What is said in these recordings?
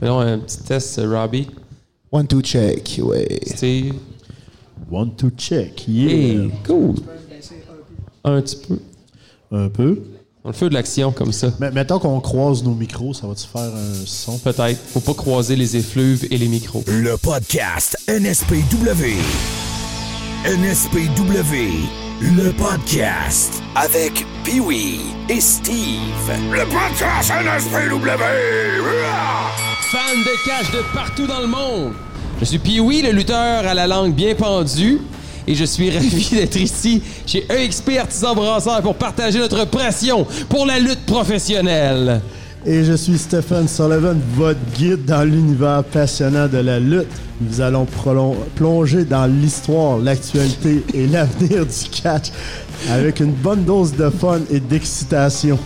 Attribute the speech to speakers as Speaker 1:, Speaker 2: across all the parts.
Speaker 1: Faisons un petit test, euh, Robbie,
Speaker 2: One, two, check, ouais.
Speaker 1: Steve.
Speaker 3: One to check. Yeah.
Speaker 1: Hey, cool. Un petit peu.
Speaker 3: Un peu.
Speaker 1: Dans le feu de l'action, comme ça.
Speaker 3: Mais mettons qu'on croise nos micros, ça va-tu faire un son?
Speaker 1: Peut-être. Faut pas croiser les effluves et les micros.
Speaker 4: Le podcast NSPW. NSPW, le podcast avec Pee-Wee et Steve. Le podcast NSPW.
Speaker 1: Fan de catch de partout dans le monde. Je suis Pee-Wee, le lutteur à la langue bien pendue. Et je suis ravi d'être ici chez E EXP Artisan Brasseur pour partager notre passion pour la lutte professionnelle.
Speaker 3: Et je suis Stephen Sullivan, votre guide dans l'univers passionnant de la lutte. Nous allons prolon- plonger dans l'histoire, l'actualité et l'avenir du catch avec une bonne dose de fun et d'excitation.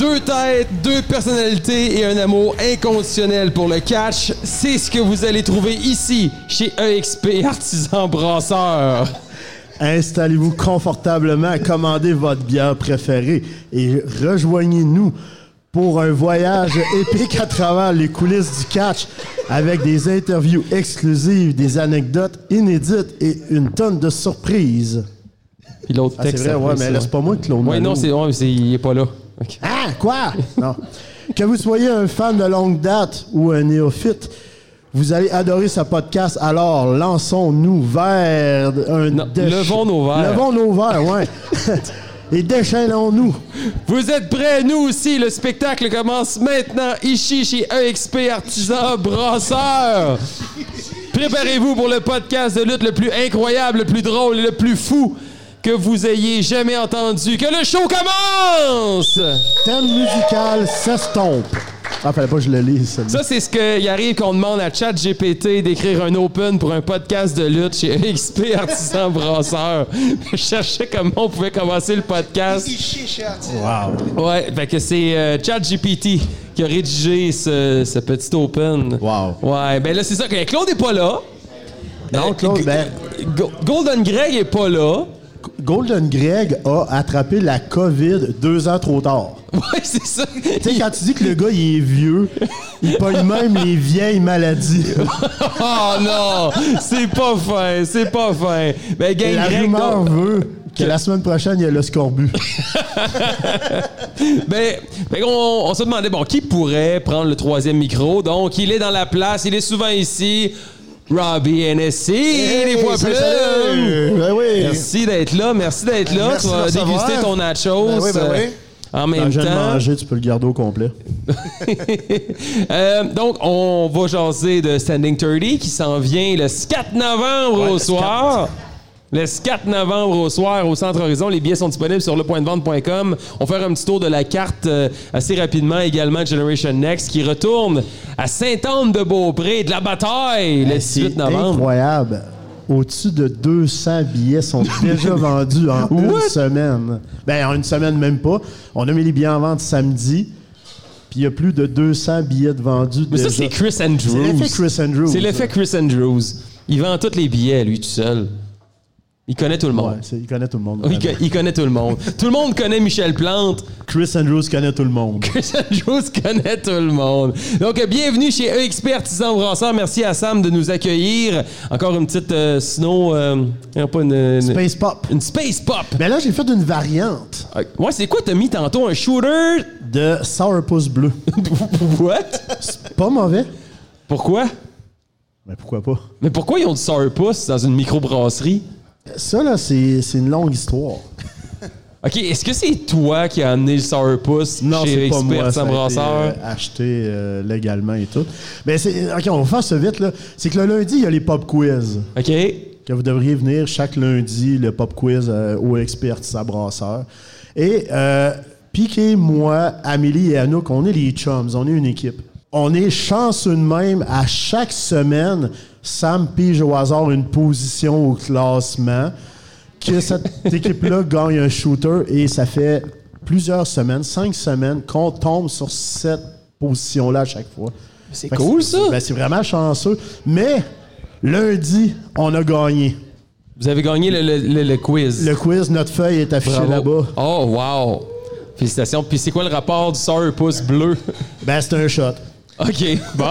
Speaker 1: Deux têtes, deux personnalités et un amour inconditionnel pour le catch, c'est ce que vous allez trouver ici chez E EXP Artisan Brasseur.
Speaker 3: Installez-vous confortablement, commandez votre bière préférée et rejoignez-nous pour un voyage épique à travers les coulisses du catch avec des interviews exclusives, des anecdotes inédites et une tonne de surprises.
Speaker 1: Puis l'autre
Speaker 3: Ah, c'est
Speaker 1: texte.
Speaker 3: vrai, ouais, mais là, c'est pas moi qui l'ai
Speaker 1: Oui, non, c'est ouais, c'est- il est pas là. Ok.
Speaker 3: Ah, quoi? Non. que vous soyez un fan de longue date ou un néophyte, vous allez adorer ce podcast. Alors, lançons-nous vers un...
Speaker 1: Non,
Speaker 3: déch-
Speaker 1: levons nos verres.
Speaker 3: Levons nos verres, ouais. Et déchaînons-nous.
Speaker 1: Vous êtes prêts, nous aussi. Le spectacle commence maintenant ici chez EXP Artisan Brasseur. Préparez-vous pour le podcast de lutte le plus incroyable, le plus drôle et le plus fou que vous ayez jamais entendu. Que le show commence!
Speaker 3: Thème musical s'estompe. Ah, fallait pas que je le lise, celui-là.
Speaker 1: Ça, c'est ce qu'il arrive qu'on demande à ChatGPT d'écrire un open pour un podcast de lutte chez EXP Artisan Brasseur. Je cherchais comment on pouvait commencer le podcast. Ouais, fait que c'est euh, ChatGPT qui a rédigé ce, ce petit open.
Speaker 3: Wow.
Speaker 1: Ouais, ben là, c'est ça. que Claude est pas là. Euh,
Speaker 3: Non, Claude, ben-
Speaker 1: Go- Golden Greg est pas là.
Speaker 3: Golden Greg a attrapé la COVID deux ans trop tard.
Speaker 1: Ouais, c'est ça.
Speaker 3: Tu sais, quand tu dis que le gars, il est vieux, il pogne même les vieilles maladies.
Speaker 1: Oh non! C'est pas fin, c'est pas fin. Ben, gang
Speaker 3: Et la
Speaker 1: Greg,
Speaker 3: rumeur
Speaker 1: donc-
Speaker 3: veut que la semaine prochaine, il y a le scorbut.
Speaker 1: Ben, ben, on, on se demandait, bon, qui pourrait prendre le troisième micro? Donc, il est dans la place, il est souvent ici. Robbie NSC, des fois
Speaker 2: salut,
Speaker 1: plus.
Speaker 2: salut. Ben oui.
Speaker 1: Merci d'être là, merci d'être là.
Speaker 2: Merci
Speaker 1: tu vas
Speaker 2: de recevoir.
Speaker 1: déguster ton nachos.
Speaker 2: Ben oui, ben oui.
Speaker 1: euh, En
Speaker 3: Quand
Speaker 1: même
Speaker 3: je viens de
Speaker 1: temps.
Speaker 3: manger, tu peux le garder au complet.
Speaker 1: Euh, donc, on va jaser de Standing 30 qui s'en vient le 4 novembre au soir. Le 4 novembre au soir au Centre Horizon. Les billets sont disponibles sur lepointdevente.com. On va faire un petit tour de la carte euh, assez rapidement également. Generation Next qui retourne à Sainte-Anne-de-Beaupré de la bataille le 18 novembre.
Speaker 3: Eh, incroyable. Au-dessus de 200 billets sont déjà vendus en une semaine. Ben, en une semaine, même pas. On a mis les billets en vente samedi, puis il y a plus de 200 billets de vendus
Speaker 1: Mais
Speaker 3: déjà.
Speaker 1: ça, c'est Chris
Speaker 3: C'est
Speaker 1: Andrews.
Speaker 3: l'effet Chris Andrews.
Speaker 1: C'est l'effet Chris Andrews. Il vend tous les billets, lui, tout seul. Il connaît tout le
Speaker 3: Ouais,
Speaker 1: monde.
Speaker 3: c'est- il connaît tout le monde.
Speaker 1: Oh, Il, co- il connaît tout le monde. tout le monde connaît Michel Plante.
Speaker 3: Chris Andrews connaît tout le monde.
Speaker 1: Chris Andrews connaît tout le monde. Donc, euh, bienvenue chez EXP Artisan Brasseur. Merci à Sam de nous accueillir. Encore une petite euh, snow... euh, non, pas une, une-
Speaker 3: Space Pop.
Speaker 1: une space pop.
Speaker 3: Ben là, j'ai fait une variante
Speaker 1: Euh, Ouais, c'est quoi t'as mis tantôt? Un shooter?
Speaker 3: de Sourpuss Bleu.
Speaker 1: What?
Speaker 3: C'est pas mauvais.
Speaker 1: Pourquoi?
Speaker 3: Mais pourquoi pas?
Speaker 1: Mais pourquoi ils ont du sourpuss dans une microbrasserie?
Speaker 3: Ça, là, c'est c'est une longue histoire.
Speaker 1: OK, est-ce que c'est toi qui as amené le sourpuss
Speaker 3: Non,
Speaker 1: chez E
Speaker 3: c'est pas
Speaker 1: EXP
Speaker 3: moi.
Speaker 1: Artisan
Speaker 3: Ça a été,
Speaker 1: Brasseur?
Speaker 3: euh, acheté euh, légalement et tout. Mais c'est, ok, on va faire ça vite là. C'est que le lundi, il y a les pop quiz
Speaker 1: OK.
Speaker 3: que vous devriez venir chaque lundi le pop quiz euh, au expert sa brasseur. Et euh, Piqué, moi, Amélie et Anouk, on est les chums, on est une équipe. On est chanceux de même. À chaque semaine, Sam pige au hasard une position au classement que cette équipe-là gagne un shooter et ça fait plusieurs semaines, cinq semaines, qu'on tombe sur cette position-là à chaque fois.
Speaker 1: C'est
Speaker 3: Fait que
Speaker 1: cool,
Speaker 3: c'est-
Speaker 1: ça.
Speaker 3: ben, c'est vraiment chanceux. Mais lundi, on a gagné.
Speaker 1: Vous avez gagné le, le- le- le quiz.
Speaker 3: Le quiz, notre feuille est affichée
Speaker 1: Bravo.
Speaker 3: là-bas.
Speaker 1: Oh, wow! Félicitations. Puis c'est quoi le rapport du sourpuss bleu?
Speaker 3: Ben, c'est un shot.
Speaker 1: OK, bon.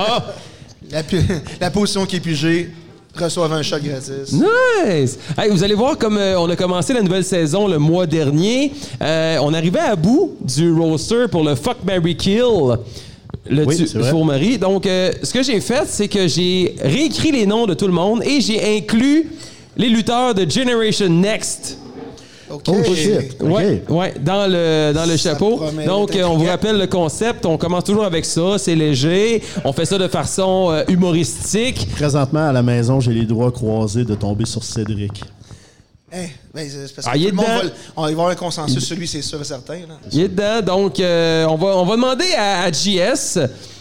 Speaker 2: La, pu- la potion qui est pigée reçoivent un shot gratis.
Speaker 1: Nice! Hey, vous allez voir, comme euh, on a commencé la nouvelle saison le mois dernier, euh, on arrivait à bout du roster pour le Fuck Mary Kill. Le
Speaker 3: Oui,
Speaker 1: tu-
Speaker 3: c'est vrai.
Speaker 1: pour Marie. Donc, euh, ce que j'ai fait, c'est que j'ai réécrit les noms de tout le monde et j'ai inclus les lutteurs de Generation Next.
Speaker 2: OK.
Speaker 3: Oh, shit. OK.
Speaker 1: Ouais, ouais, dans le dans le
Speaker 2: Ça
Speaker 1: chapeau.
Speaker 2: promet
Speaker 1: Donc
Speaker 2: d'être
Speaker 1: euh, on vous
Speaker 2: intriguant.
Speaker 1: rappelle le concept, on commence toujours avec ça, c'est léger, on fait ça de façon euh, humoristique.
Speaker 3: Présentement, à la maison, j'ai les doigts croisés de tomber sur Cédric.
Speaker 2: Eh, ben, c'est parce que
Speaker 1: Ah, il
Speaker 2: tout
Speaker 1: est
Speaker 2: le monde
Speaker 1: dedans.
Speaker 2: va, le- on va y avoir un consensus sur lui, c'est sûr et certain. Là.
Speaker 1: Il est dedans. Donc, euh, on, va, on va demander à, à JS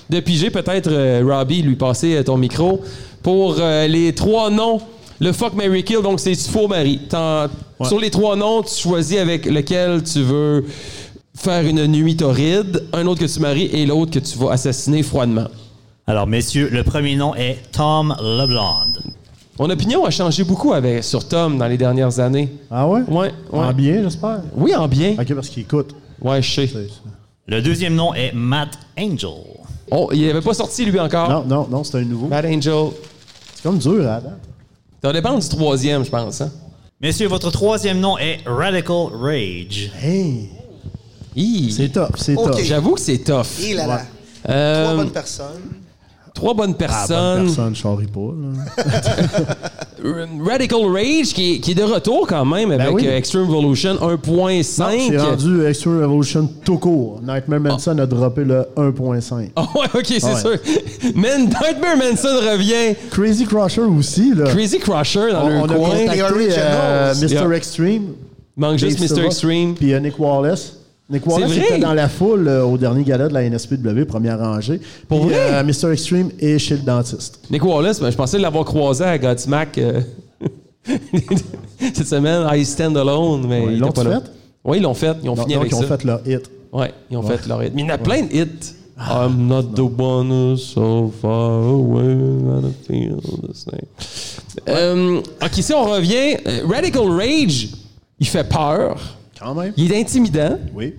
Speaker 1: de piger, peut-être, euh, Robbie, lui passer euh, ton micro pour euh, les trois noms. Le fuck Mary Kill, donc c'est du faux mari. T'en-
Speaker 3: Ouais.
Speaker 1: Sur les trois noms, tu choisis avec lequel tu veux faire une nuit torride, un autre que tu maries et l'autre que tu vas assassiner froidement.
Speaker 5: Alors, messieurs, le premier nom est Tom LeBlond.
Speaker 1: Mon opinion a changé beaucoup avec, sur Tom dans les dernières années.
Speaker 3: Ah ouais?
Speaker 1: Ouais, ouais.
Speaker 3: En bien, j'espère.
Speaker 1: Oui, en bien.
Speaker 3: Ok, parce qu'il écoute.
Speaker 1: Ouais, je sais.
Speaker 5: Le deuxième nom est Matt Angel.
Speaker 1: Oh, il avait pas sorti lui encore.
Speaker 3: Non, non, non, c'est un nouveau.
Speaker 1: Bad Angel.
Speaker 3: C'est comme dur hein, à date.
Speaker 1: Ça dépend du troisième, je pense. Hein?
Speaker 5: Messieurs, votre troisième nom est Radical Rage.
Speaker 3: Hey,
Speaker 1: Hi.
Speaker 3: c'est top, c'est
Speaker 2: Ok.
Speaker 3: top.
Speaker 1: J'avoue que c'est tough.
Speaker 2: Et là là.
Speaker 1: Euh,
Speaker 2: Trois bonnes personnes.
Speaker 1: trois bonnes
Speaker 3: Ah, bonne
Speaker 1: personnes.
Speaker 3: personne, charrie pas. là.
Speaker 1: R- Radical Rage qui, est- qui est de retour quand même avec
Speaker 3: Ben oui.
Speaker 1: euh, Extreme Evolution
Speaker 3: C'est
Speaker 1: 1.5.
Speaker 3: rendu Extreme Evolution tout court. Nightmare Manson a droppé le 1.5.
Speaker 1: Ah ouais, ok, c'est
Speaker 3: Ah ouais.
Speaker 1: sûr. Man, Nightmare Manson revient.
Speaker 3: Crazy Crusher aussi, là.
Speaker 1: Crazy Crusher dans
Speaker 3: on,
Speaker 1: le
Speaker 3: on a
Speaker 1: coin.
Speaker 3: contacté
Speaker 2: The
Speaker 3: euh, Mr.
Speaker 2: Originals.
Speaker 1: Yeah.
Speaker 3: Extreme.
Speaker 1: Manque juste
Speaker 3: Dave
Speaker 1: Mr.
Speaker 3: Silva,
Speaker 1: Extreme.
Speaker 3: Puis euh, Nick Wallace. Nick Wallace
Speaker 1: vrai?
Speaker 3: était dans la foule euh, au dernier gala de la NSPW, première rangée.
Speaker 1: Pour
Speaker 3: Puis,
Speaker 1: vrai?
Speaker 3: euh, Mr. Extreme est chez le dentiste.
Speaker 1: Nick Wallace, ben, je pensais l'avoir croisé à Godsmack euh, cette semaine. I stand alone, mais
Speaker 3: Ouais,
Speaker 1: il
Speaker 3: ils
Speaker 1: était pas
Speaker 3: l'ont-tu
Speaker 1: là.
Speaker 3: fait?
Speaker 1: Oui, ils l'ont fait. Ils ont
Speaker 3: Donc,
Speaker 1: fini
Speaker 3: donc,
Speaker 1: avec
Speaker 3: ils ont
Speaker 1: ça.
Speaker 3: fait leur hit.
Speaker 1: Ouais, ils ont fait leur hit. Mais il y en a plein de hits.
Speaker 3: Ah,
Speaker 1: I'm not the one who's so far away, I don't feel the same. Euh, ok, si on revient, euh, Radical Rage, il fait peur,
Speaker 3: Quand même.
Speaker 1: il est intimidant,
Speaker 3: Oui.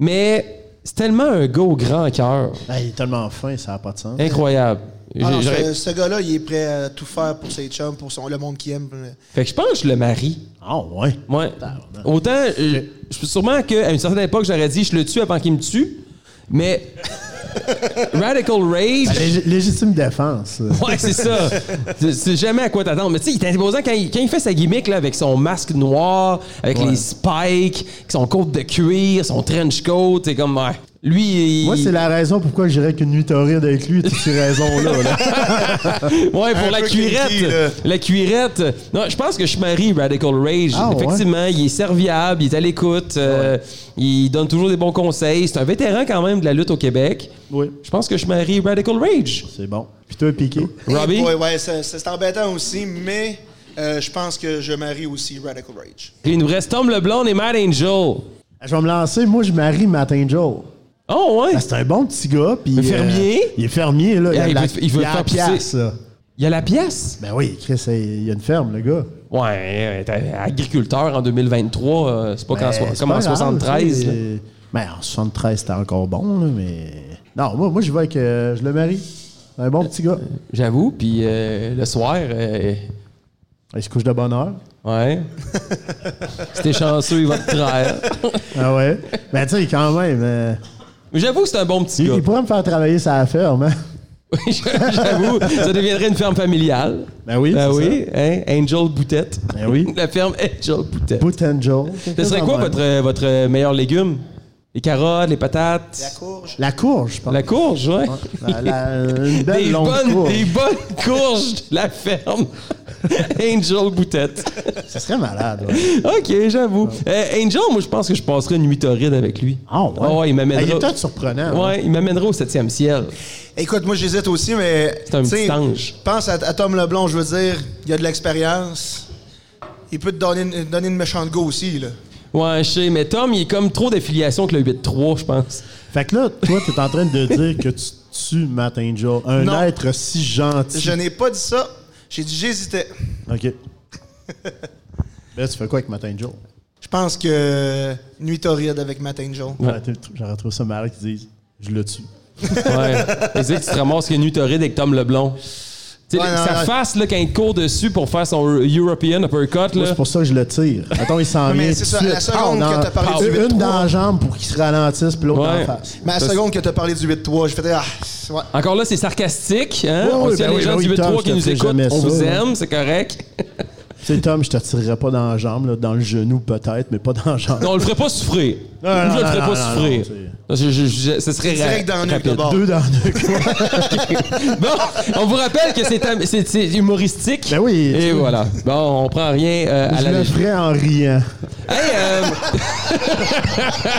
Speaker 1: mais c'est tellement un gars au grand cœur.
Speaker 3: Ah, il est tellement fin, ça n'a pas de sens.
Speaker 1: Incroyable.
Speaker 2: Ah non,
Speaker 1: J'ai- j'aurais-
Speaker 2: ce ce gars-là, il est prêt à tout faire pour ses chums, pour son, le monde qui aime.
Speaker 1: Fait que je pense que je le marie.
Speaker 3: Ah, ouais.
Speaker 1: Ouais. Autant, euh, je- sûrement qu'à une certaine époque, j'aurais dit je le tue avant qu'il me tue, mais Radical Rage.
Speaker 3: Lég- légitime défense.
Speaker 1: Ouais, c'est ça. Tu sais jamais à quoi t'attendre. Mais tu sais, il est imposant quand il, quand il fait sa gimmick là, avec son masque noir, avec les spikes, avec son côte de cuir, son trench coat, c'est comme. ouais. Lui, il...
Speaker 3: Moi, c'est la raison pourquoi j'irais qu'une nuit torride avec lui, toutes ces raisons-là. là.
Speaker 1: Ouais, pour
Speaker 2: Un
Speaker 1: la
Speaker 2: peu
Speaker 1: cuirette.
Speaker 2: kinky, là.
Speaker 1: la cuirette. Non, je pense que je marie Radical Rage.
Speaker 3: Ah, ouais.
Speaker 1: Effectivement, il est serviable, il est à l'écoute, euh, il donne toujours des bons conseils. C'est un vétéran quand même de la lutte au Québec.
Speaker 3: Oui.
Speaker 1: Je pense que je marie Radical Rage.
Speaker 3: C'est bon. Puis toi, Piqué.
Speaker 1: Robbie?
Speaker 2: Oui, ouais, ça- ça, c'est embêtant aussi, mais euh, je pense que je marie aussi Radical Rage.
Speaker 1: Il nous reste Tom Leblanc et Mad Angel.
Speaker 3: Ah, Je vais me lancer. Moi, je marie Matt Angel.
Speaker 1: Oh, ouais.
Speaker 3: Ah, C'est un bon petit gars. Puis, euh,
Speaker 1: Un fermier.
Speaker 3: il est fermier, là. Il,
Speaker 1: Ah,
Speaker 3: a de
Speaker 1: il
Speaker 3: la,
Speaker 1: veut- il veut
Speaker 3: il a
Speaker 1: faire
Speaker 3: la
Speaker 1: pousser.
Speaker 3: pièce, là.
Speaker 1: Il y a la pièce.
Speaker 3: Ben oui, Chris, il y a une ferme, le gars.
Speaker 1: Ouais, t'es agriculteur en 2023, euh, c'est pas qu'en soi-
Speaker 3: Ben, c'est
Speaker 1: comme
Speaker 3: pas
Speaker 1: en
Speaker 3: grave,
Speaker 1: 73.
Speaker 3: tu
Speaker 1: là.
Speaker 3: sais. Ben, en 73, c'était encore bon, là, mais. Non, moi, moi je vais avec. euh, je le marie. C'est un bon petit gars.
Speaker 1: J'avoue, puis euh, le soir, euh,
Speaker 3: Il se couche de bonne heure.
Speaker 1: ouais. si t'es chanceux, il va te trahir.
Speaker 3: Ah ouais. Ben, tu sais, quand même. euh,
Speaker 1: Mais j'avoue que c'est un bon petit
Speaker 3: il,
Speaker 1: gars.
Speaker 3: il pourrait me faire travailler sa ferme, hein.
Speaker 1: j'avoue, ça deviendrait une ferme familiale.
Speaker 3: Ben oui,
Speaker 1: Ben
Speaker 3: c'est
Speaker 1: oui, hein, Angel Boutette.
Speaker 3: Ben oui.
Speaker 1: La ferme Angel Boutette.
Speaker 3: Boot Angel.
Speaker 1: Ce serait quoi votre, euh, votre meilleur légume? Les carottes, les
Speaker 2: La
Speaker 1: patates?
Speaker 2: courge.
Speaker 3: La courge, je pense.
Speaker 1: La courge, ouais.
Speaker 3: La- la- une belle
Speaker 1: des,
Speaker 3: longue
Speaker 1: bonnes,
Speaker 3: courge.
Speaker 1: des bonnes courges de la ferme. Angel Boutette.
Speaker 3: Ça serait malade. ouais.
Speaker 1: OK, j'avoue. Euh, Angel, moi, je pense que je passerai une nuit torride avec lui.
Speaker 3: Ah ouais.
Speaker 1: Ah il m'amènera.
Speaker 3: Ah, il est peut-être surprenant, hein.
Speaker 1: Ouais, il m'amènera au 7e ciel.
Speaker 2: Écoute, moi j'hésite aussi, mais.
Speaker 1: C'est un
Speaker 2: tu sais,
Speaker 1: petit ange.
Speaker 2: Pense à, à Tom Leblanc, je veux dire, il a de l'expérience. Il peut te donner une, donner une méchante go aussi, là.
Speaker 1: Ouais, je sais, mais Tom, il est comme trop d'affiliation avec le 8-3, je pense.
Speaker 3: Fait que là, toi, t'es en train de dire que tu tues Matt Angel, un
Speaker 2: Non.
Speaker 3: être si gentil.
Speaker 2: Je n'ai pas dit ça. J'ai dit j'hésitais.
Speaker 3: OK. là, tu fais quoi avec Matt Angel?
Speaker 2: Je pense que Nuit Torride avec Matt Angel.
Speaker 3: J'aurais trouvé- J'aurais trouvé ça malade qu'ils disent « Je le tue
Speaker 1: Ouais. Vas-y que tu te ramasses une utoride avec Tom Leblon. Tu sais,
Speaker 2: Ouais, non,
Speaker 1: sa
Speaker 2: non.
Speaker 1: face, là, quand il te court dessus pour faire son European uppercut,
Speaker 3: Moi,
Speaker 1: là.
Speaker 3: C'est pour ça que je le tire. Attends, il s'en
Speaker 2: Ouais, mais
Speaker 3: vient.
Speaker 2: c'est
Speaker 3: tout
Speaker 2: ça,
Speaker 3: de
Speaker 2: la
Speaker 3: suite.
Speaker 2: seconde
Speaker 3: Ah,
Speaker 2: que
Speaker 3: non.
Speaker 2: t'as parlé du
Speaker 3: Une
Speaker 2: 8-3.
Speaker 3: dans la jambe pour qu'il se ralentisse, puis l'autre
Speaker 1: Ouais.
Speaker 3: en face.
Speaker 2: Mais à la
Speaker 1: Parce-
Speaker 2: seconde que t'as parlé du 8-3, j'ai fait Ah, c'est- ouais.
Speaker 1: Encore là, c'est sarcastique. Hein?
Speaker 3: Ouais,
Speaker 1: on
Speaker 3: ouais,
Speaker 1: sait
Speaker 3: ben
Speaker 1: les
Speaker 3: oui,
Speaker 1: gens
Speaker 3: ben
Speaker 1: du
Speaker 3: oui,
Speaker 1: 8-3
Speaker 3: Tom,
Speaker 1: qui
Speaker 3: je te
Speaker 1: nous
Speaker 3: fais
Speaker 1: écoutent.
Speaker 3: jamais
Speaker 1: On vous
Speaker 3: ça, là.
Speaker 1: aime, c'est correct.
Speaker 3: Tu sais, Tom, je te tirerais pas dans la jambe, là, dans le genou peut-être, mais pas dans la jambe.
Speaker 1: Non, on le ferait pas souffrir.
Speaker 3: Non, non,
Speaker 1: Ou je le
Speaker 3: non,
Speaker 1: ferais
Speaker 3: non,
Speaker 1: pas
Speaker 3: non,
Speaker 1: souffrir.
Speaker 3: non,
Speaker 1: Je- je- je- ce serait
Speaker 2: Direct
Speaker 1: ra-
Speaker 2: dans le nuque,
Speaker 1: rapide.
Speaker 2: d'abord.
Speaker 3: Deux dans deux.
Speaker 1: Bon, on vous rappelle que c'est am- c'est c'est humoristique.
Speaker 3: Ben oui.
Speaker 1: Et voilà. Bon, on prend rien euh, à
Speaker 3: Je
Speaker 1: la
Speaker 3: le
Speaker 1: légère.
Speaker 3: ferais en riant.
Speaker 1: Hey, euh,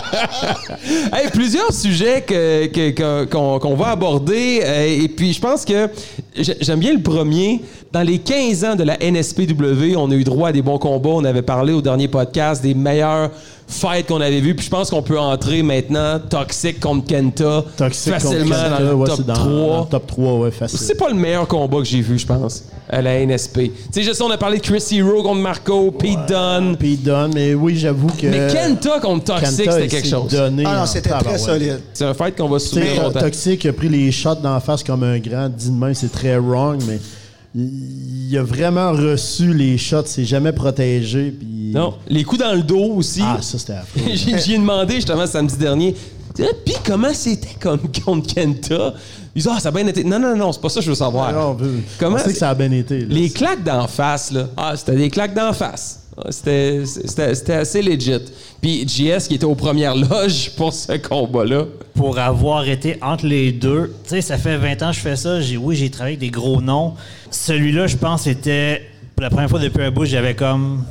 Speaker 1: hey, plusieurs sujets que- que- que- qu'on qu'on va aborder. euh, et puis, je pense que j'ai- j'aime bien le premier. Dans les 15 ans de la NSPW, on a eu droit à des bons combats. On avait parlé au dernier podcast des meilleurs fights qu'on avait vus. Puis, je pense qu'on peut entrer maintenant Toxic contre Kenta
Speaker 3: Toxique
Speaker 1: facilement
Speaker 3: contre
Speaker 1: dans
Speaker 3: Canada,
Speaker 1: le
Speaker 3: ouais,
Speaker 1: top
Speaker 3: c'est dans-
Speaker 1: 3.
Speaker 3: dans le top 3, ouais, facile.
Speaker 1: C'est pas le meilleur combat que j'ai vu, je pense, à la NSP. Tu sais, je sais, on a parlé de Chris Hero contre Marco, Pete Dunne.
Speaker 3: Puis il donne, mais oui, j'avoue que.
Speaker 1: Mais Kenta contre
Speaker 3: Kenta,
Speaker 1: Toxic, c'était
Speaker 3: il
Speaker 1: quelque
Speaker 3: s'est
Speaker 1: chose.
Speaker 3: donné
Speaker 2: Ah non,
Speaker 3: en
Speaker 2: c'était très
Speaker 3: tabarouette.
Speaker 2: solide.
Speaker 1: C'est un fight qu'on va
Speaker 3: Tu sais,
Speaker 1: soumettre longtemps.
Speaker 3: Toxic a pris les shots d'en face comme un grand. Dit de même, c'est très wrong, mais il il a vraiment reçu les shots. C'est jamais protégé. Puis...
Speaker 1: Non, les coups dans le dos aussi.
Speaker 3: Ah, ça, c'était affreux.
Speaker 1: J'ai j'ai demandé justement samedi dernier. Ah, Puis comment c'était comme contre Kenta? Ils disent, ah, ça a bien été. Non, non, non, c'est pas ça que je veux savoir.
Speaker 3: Alors, on veut-
Speaker 1: Ah. Comment
Speaker 3: on sait que ça a bien été. là.
Speaker 1: Les claques d'en face, là. Ah, c'était des claques d'en face. Ah, C'était c'était- c'était assez legit. Puis JS qui était aux premières loges pour ce combat-là.
Speaker 5: pour avoir été entre les deux. Tu sais, ça fait 20 ans que je fais ça. J'ai, oui, j'ai travaillé avec des gros noms. Celui-là, je pense, c'était pour la première fois depuis un bout, j'avais comme.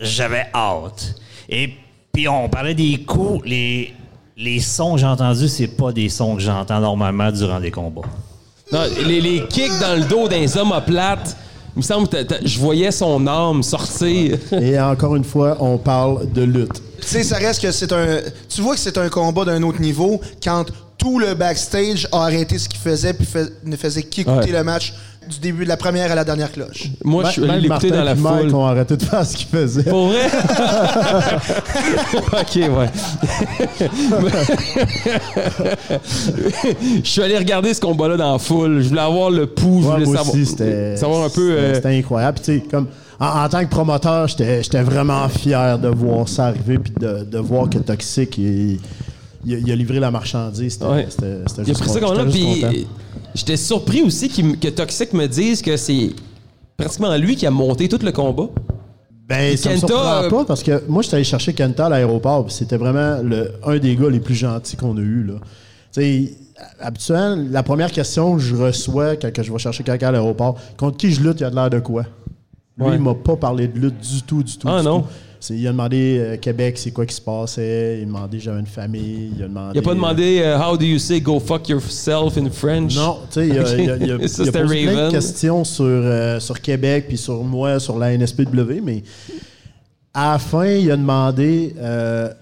Speaker 5: J'avais hâte. Et puis, on parlait des coups. Les, les sons que j'ai entendus, c'est pas des sons que j'entends normalement durant des combats.
Speaker 1: Non, les, les kicks dans le dos des omoplates. Il me semble que t'as- t'as- je voyais son âme sortir.
Speaker 3: Et encore une fois, on parle de lutte.
Speaker 2: Tu sais, ça reste que c'est un. Tu vois que c'est un combat d'un autre niveau quand tout le backstage a arrêté ce qu'il faisait puis fais- ne faisait qu'écouter
Speaker 1: Ouais.
Speaker 2: le match du début de la première à la dernière cloche.
Speaker 1: Moi, je suis
Speaker 3: Même
Speaker 1: allé l'écouter
Speaker 3: Martin
Speaker 1: dans la
Speaker 3: puis
Speaker 1: foule.
Speaker 3: Mike ont arrêté de faire ce qu'ils faisaient.
Speaker 1: Pour vrai? ok, ouais. je suis allé regarder ce combat-là dans la foule. Je voulais avoir le pouls, je
Speaker 3: Ouais,
Speaker 1: voulais
Speaker 3: moi
Speaker 1: savoir,
Speaker 3: aussi, c'était.
Speaker 1: savoir un peu.
Speaker 3: c'était-
Speaker 1: euh,
Speaker 3: C'était incroyable. Puis, tu sais, comme, en, en tant que promoteur, j'étais j'étais vraiment fier de voir ça arriver puis de, de voir que Toxic, il, il a- il a livré la marchandise. C'était
Speaker 1: Ouais.
Speaker 3: c'était- c'était
Speaker 1: Il a
Speaker 3: juste
Speaker 1: pris ça
Speaker 3: con-
Speaker 1: comme là,
Speaker 3: j'étais juste
Speaker 1: puis j'étais surpris aussi qu'il m- que Toxic me dise que c'est pratiquement lui qui a monté tout le combat.
Speaker 3: Ben, ça me
Speaker 1: Kenta,
Speaker 3: surprend
Speaker 1: euh,
Speaker 3: pas parce que moi, j'étais allé chercher Kenta à l'aéroport. puis C'était vraiment le, un des gars les plus gentils qu'on a eu. Là. Tu sais, habituellement, la première question que je reçois quand que je vais chercher quelqu'un à l'aéroport, contre qui je lutte, il a de l'air de quoi? Lui,
Speaker 1: Ouais.
Speaker 3: il m'a pas parlé de lutte du tout, du tout.
Speaker 1: Ah,
Speaker 3: du
Speaker 1: non?
Speaker 3: tout. C'est- Il a demandé euh, Québec, c'est quoi qui se passait. Il a demandé j'avais une famille. Il a demandé.
Speaker 1: Il a pas demandé euh, How do you say go fuck yourself in French?
Speaker 3: Non, tu sais, il a, il a- il a- il a
Speaker 1: Ça,
Speaker 3: posé
Speaker 1: c'était
Speaker 3: plein
Speaker 1: Raven.
Speaker 3: de questions sur, euh, sur Québec, puis sur moi, sur la NSPW, mais à la fin, il a demandé, euh, tu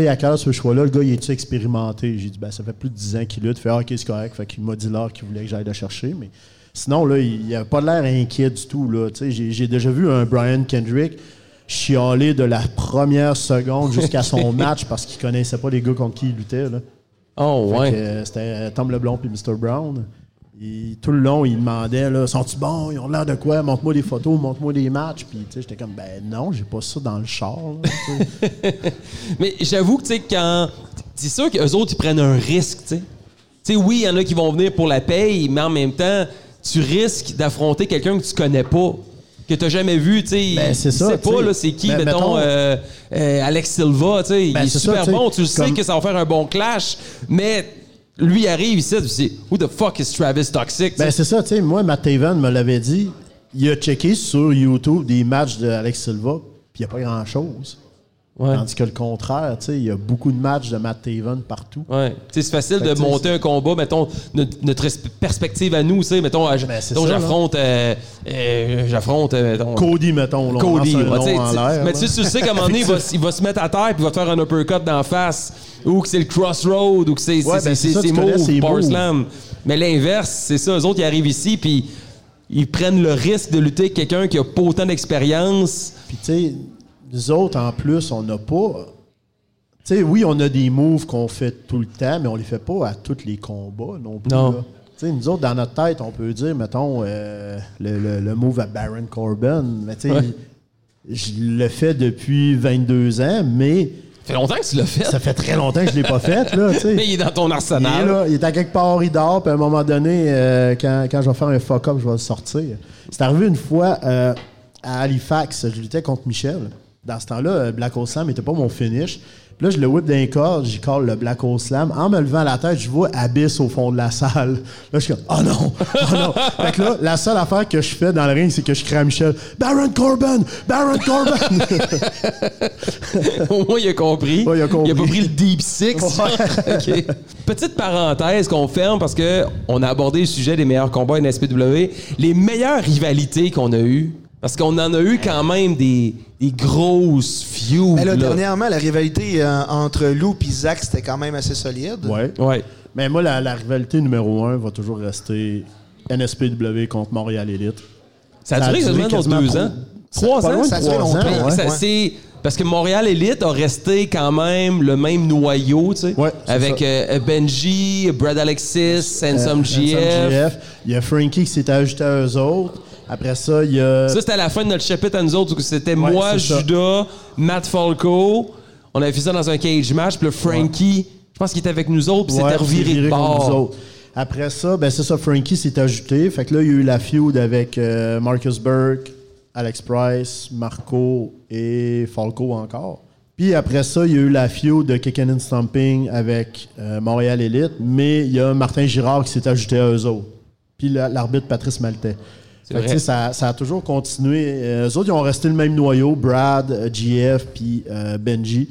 Speaker 3: sais, à quel heure ce choix-là, le gars, il est-tu expérimenté? J'ai dit, ben, ça fait plus de 10 ans qu'il lutte. Il fait, ah, OK, c'est correct. Fait qu'il m'a dit l'heure qu'il voulait que j'aille le chercher, mais sinon, là, il il a pas l'air inquiet du tout, là. Tu sais, j'ai- j'ai déjà vu un Brian Kendrick chialer de la première seconde jusqu'à son match parce qu'il connaissait pas les gars contre qui il luttait, là.
Speaker 1: Oh,
Speaker 3: Fait
Speaker 1: ouais.
Speaker 3: que, euh, c'était Tom Leblond puis Mr. Brown. Il- tout le long, il demandait là, sont-tu bons Ils ont l'air de quoi Montre-moi des photos, montre-moi des matchs. Puis tu sais, j'étais comme ben non, j'ai pas ça dans le char. là, tu sais.
Speaker 1: Mais j'avoue que, tu sais, quand. C'est sûr qu'eux autres, ils prennent un risque, tu sais. Tu sais, oui, il y en a qui vont venir pour la paye, mais en même temps, tu risques d'affronter quelqu'un que tu connais pas, que t'as jamais vu, tu sais.
Speaker 3: Ben, c'est
Speaker 1: Tu
Speaker 3: ça,
Speaker 1: sais
Speaker 3: tu
Speaker 1: pas,
Speaker 3: sais.
Speaker 1: là, c'est qui,
Speaker 3: Ben,
Speaker 1: mettons,
Speaker 3: mettons-
Speaker 1: euh, euh, Alex Silva, tu sais.
Speaker 3: Ben,
Speaker 1: il est
Speaker 3: c'est ça,
Speaker 1: super
Speaker 3: tu sais,
Speaker 1: bon, tu le sais
Speaker 3: comme-
Speaker 1: que ça va faire un bon clash, mais lui arrive ici, tu sais, who the fuck is Travis Toxic, tu
Speaker 3: ben
Speaker 1: sais.
Speaker 3: c'est ça, tu sais. Moi, Matt Taven me l'avait dit. Il a checké sur YouTube des matchs de Alex Silva, puis il n'y a pas grand chose.
Speaker 1: Ouais.
Speaker 3: Tandis que le contraire, tu sais, il y a beaucoup de matchs de Matt Taven partout.
Speaker 1: Ouais. Tu sais, C'est facile
Speaker 3: Fait que
Speaker 1: de
Speaker 3: tu sais,
Speaker 1: monter un combat, mettons, notre, notre es- perspective à nous, tu sais, mettons, euh, j-
Speaker 3: Ben, c'est
Speaker 1: mettons,
Speaker 3: ça, là.
Speaker 1: j'affronte, euh, euh, j'affronte, euh, mettons,
Speaker 3: Cody, mettons, là, on
Speaker 1: Cody,
Speaker 3: lance un
Speaker 1: ouais,
Speaker 3: nom
Speaker 1: tu sais,
Speaker 3: en
Speaker 1: tu-
Speaker 3: l'air,
Speaker 1: mais
Speaker 3: là.
Speaker 1: tu sais, tu sais qu'à un moment donné, il va, s- il va se mettre à terre puis il va te faire un uppercut d'en face, ou que c'est le crossroad, ou que c'est
Speaker 3: Ouais, ben, c'est ça,
Speaker 1: c'est
Speaker 3: tu connais
Speaker 1: move,
Speaker 3: ses
Speaker 1: power
Speaker 3: moves.
Speaker 1: slam. Mais l'inverse, c'est ça, eux autres, ils arrivent ici puis ils prennent le risque de lutter avec quelqu'un qui a pas autant d'expérience.
Speaker 3: Puis, tu sais, nous autres, en plus, on n'a pas. Tu sais, oui, on a des moves qu'on fait tout le temps, mais on les fait pas à tous les combats non plus.
Speaker 1: Non.
Speaker 3: là. Tu sais, nous autres, dans notre tête, on peut dire, mettons, euh, le, le- le move à Baron Corbin. Mais tu sais,
Speaker 1: Ouais.
Speaker 3: je le fais depuis 22 ans, mais
Speaker 1: Ça fait longtemps que tu l'as fait.
Speaker 3: ça fait très longtemps que je l'ai pas fait. Là, tu sais.
Speaker 1: Mais il est dans ton
Speaker 3: Il
Speaker 1: arsenal.
Speaker 3: est là, il est à quelque part, il dort, puis à un moment donné, euh, quand, quand je vais faire un fuck-up, je vais le sortir. C'est arrivé une fois euh, à Halifax, je luttais contre Michel. Dans ce temps-là, euh, Black Hole Slam n'était pas mon finish. Puis là, je le whip d'un corps, j'y colle le Black Hole Slam. En me levant la tête, je vois Abyss au fond de la salle. Là, je suis comme, oh non, oh non. fait que là, la seule affaire que je fais dans le ring, c'est que je crie à Michel, Baron Corbin, Baron Corbin.
Speaker 1: Au moins, il a compris.
Speaker 3: Ouais, il a compris.
Speaker 1: pas pris le deep six. OK. Petite parenthèse qu'on ferme parce que on a abordé le sujet des meilleurs combats NSPW. Les meilleures rivalités qu'on a eues, parce qu'on en a eu quand même des, des grosses feuds.
Speaker 2: Mais là,
Speaker 1: là.
Speaker 2: dernièrement, la rivalité euh, entre Lou et Zach, c'était quand même assez solide.
Speaker 3: ouais.
Speaker 1: Ouais.
Speaker 3: Mais moi, la, la rivalité numéro un va toujours rester NSPW contre Montréal Elite.
Speaker 1: Ça a
Speaker 3: Ça a
Speaker 1: duré
Speaker 3: duré
Speaker 1: quasiment
Speaker 3: quasiment
Speaker 1: deux
Speaker 3: pour-
Speaker 1: ans.
Speaker 3: Ça-
Speaker 1: Trois
Speaker 3: pas
Speaker 1: ans.
Speaker 3: loin de
Speaker 1: ça-
Speaker 2: Ça serait
Speaker 3: trois ans,
Speaker 2: longtemps.
Speaker 3: ouais.
Speaker 1: ça, c'est- Parce que Montréal Elite a resté quand même le même noyau, tu sais.
Speaker 3: Ouais, c'est
Speaker 1: avec
Speaker 3: ça. Euh,
Speaker 1: euh, Benji, Brad Alexis, Sansom GF.
Speaker 3: Il y a Frankie qui s'est ajouté à eux autres. Après ça, il y a.
Speaker 1: Ça, c'était à la fin de notre chapitre à nous autres où c'était
Speaker 3: Ouais,
Speaker 1: moi,
Speaker 3: c'est ça.
Speaker 1: Judas, Matt Falco. On avait fait ça dans un cage match. Puis le Frankie, je pense qu'il était avec nous autres. Puis
Speaker 3: Ouais,
Speaker 1: c'était reviré de
Speaker 3: viré contre nous
Speaker 1: bord.
Speaker 3: autres. Après ça, ben c'est ça, Frankie s'est ajouté. Fait que là, il y a eu la feud avec euh, Marcus Burke, Alex Price, Marco et Falco encore. Puis après ça, il y a eu la feud de Kickin' and Stomping avec euh, Montréal Elite, mais il y a Martin Girard qui s'est ajouté à eux autres. Puis la- l'arbitre Patrice Maltais. Fait que,
Speaker 1: vrai.
Speaker 3: tu sais, ça, ça a toujours continué. Euh, eux autres, ils ont resté le même noyau, Brad, euh, GF, puis euh, Benji.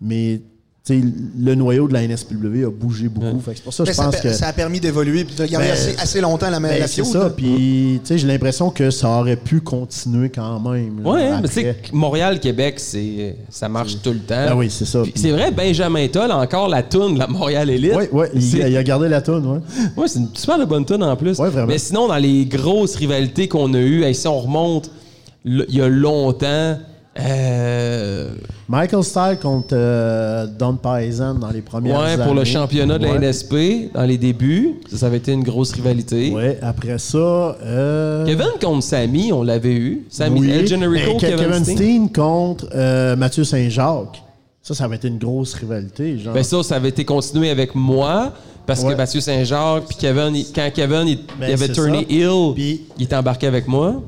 Speaker 3: Mais tu sais, le noyau de la NSPW a bougé beaucoup. Fait que c'est pour ça que
Speaker 2: Mais
Speaker 3: je
Speaker 2: ça,
Speaker 3: pense
Speaker 2: per-
Speaker 3: que.
Speaker 2: ça a permis d'évoluer puis de garder
Speaker 3: Ben,
Speaker 2: assez, assez longtemps la,
Speaker 3: Ben,
Speaker 2: la
Speaker 3: c'est
Speaker 2: feud,
Speaker 3: ça,
Speaker 2: là.
Speaker 3: puis tu sais, j'ai l'impression que ça aurait pu continuer quand même. là,
Speaker 1: Ouais, hein, mais
Speaker 3: après.
Speaker 1: tu sais, Montréal, Québec, c'est, ça marche tout le temps.
Speaker 3: Ah oui, Ah, c'est ça.
Speaker 1: Puis C'est vrai, Benjamin Toll, a encore la toune de la Montréal Elite.
Speaker 3: Ouais, ouais, il,
Speaker 1: C'est-
Speaker 3: il a gardé la toune, ouais.
Speaker 1: Ouais, c'est une super de bonne tonne en plus.
Speaker 3: Ouais, vraiment.
Speaker 1: Mais sinon, dans les grosses rivalités qu'on a eues, hey, si on remonte le- il y a longtemps, euh,
Speaker 3: Michael Style contre euh, Don Paisan dans les premières
Speaker 1: ouais,
Speaker 3: années.
Speaker 1: pour le championnat de la
Speaker 3: Ouais.
Speaker 1: NSP, dans les débuts, ça, ça avait été une grosse rivalité.
Speaker 3: Ouais, après ça. euh,
Speaker 1: Kevin contre Sammy, on l'avait eu. Sammy,
Speaker 3: Oui.
Speaker 1: El Generico,
Speaker 3: Et
Speaker 1: Kevin,
Speaker 3: Kevin,
Speaker 1: Steen.
Speaker 3: Steen, contre euh, Mathieu Saint-Jacques. Ça, ça avait été une grosse rivalité. Genre.
Speaker 1: Ben ça, ça avait été continué avec moi. Parce
Speaker 3: Ouais.
Speaker 1: que Mathieu Saint-Jacques, puis Kevin, il- quand Kevin il,
Speaker 3: Ben,
Speaker 1: il avait
Speaker 3: c'est
Speaker 1: tourné
Speaker 3: ça.
Speaker 1: Hill,
Speaker 3: Puis-
Speaker 1: il était embarqué avec moi.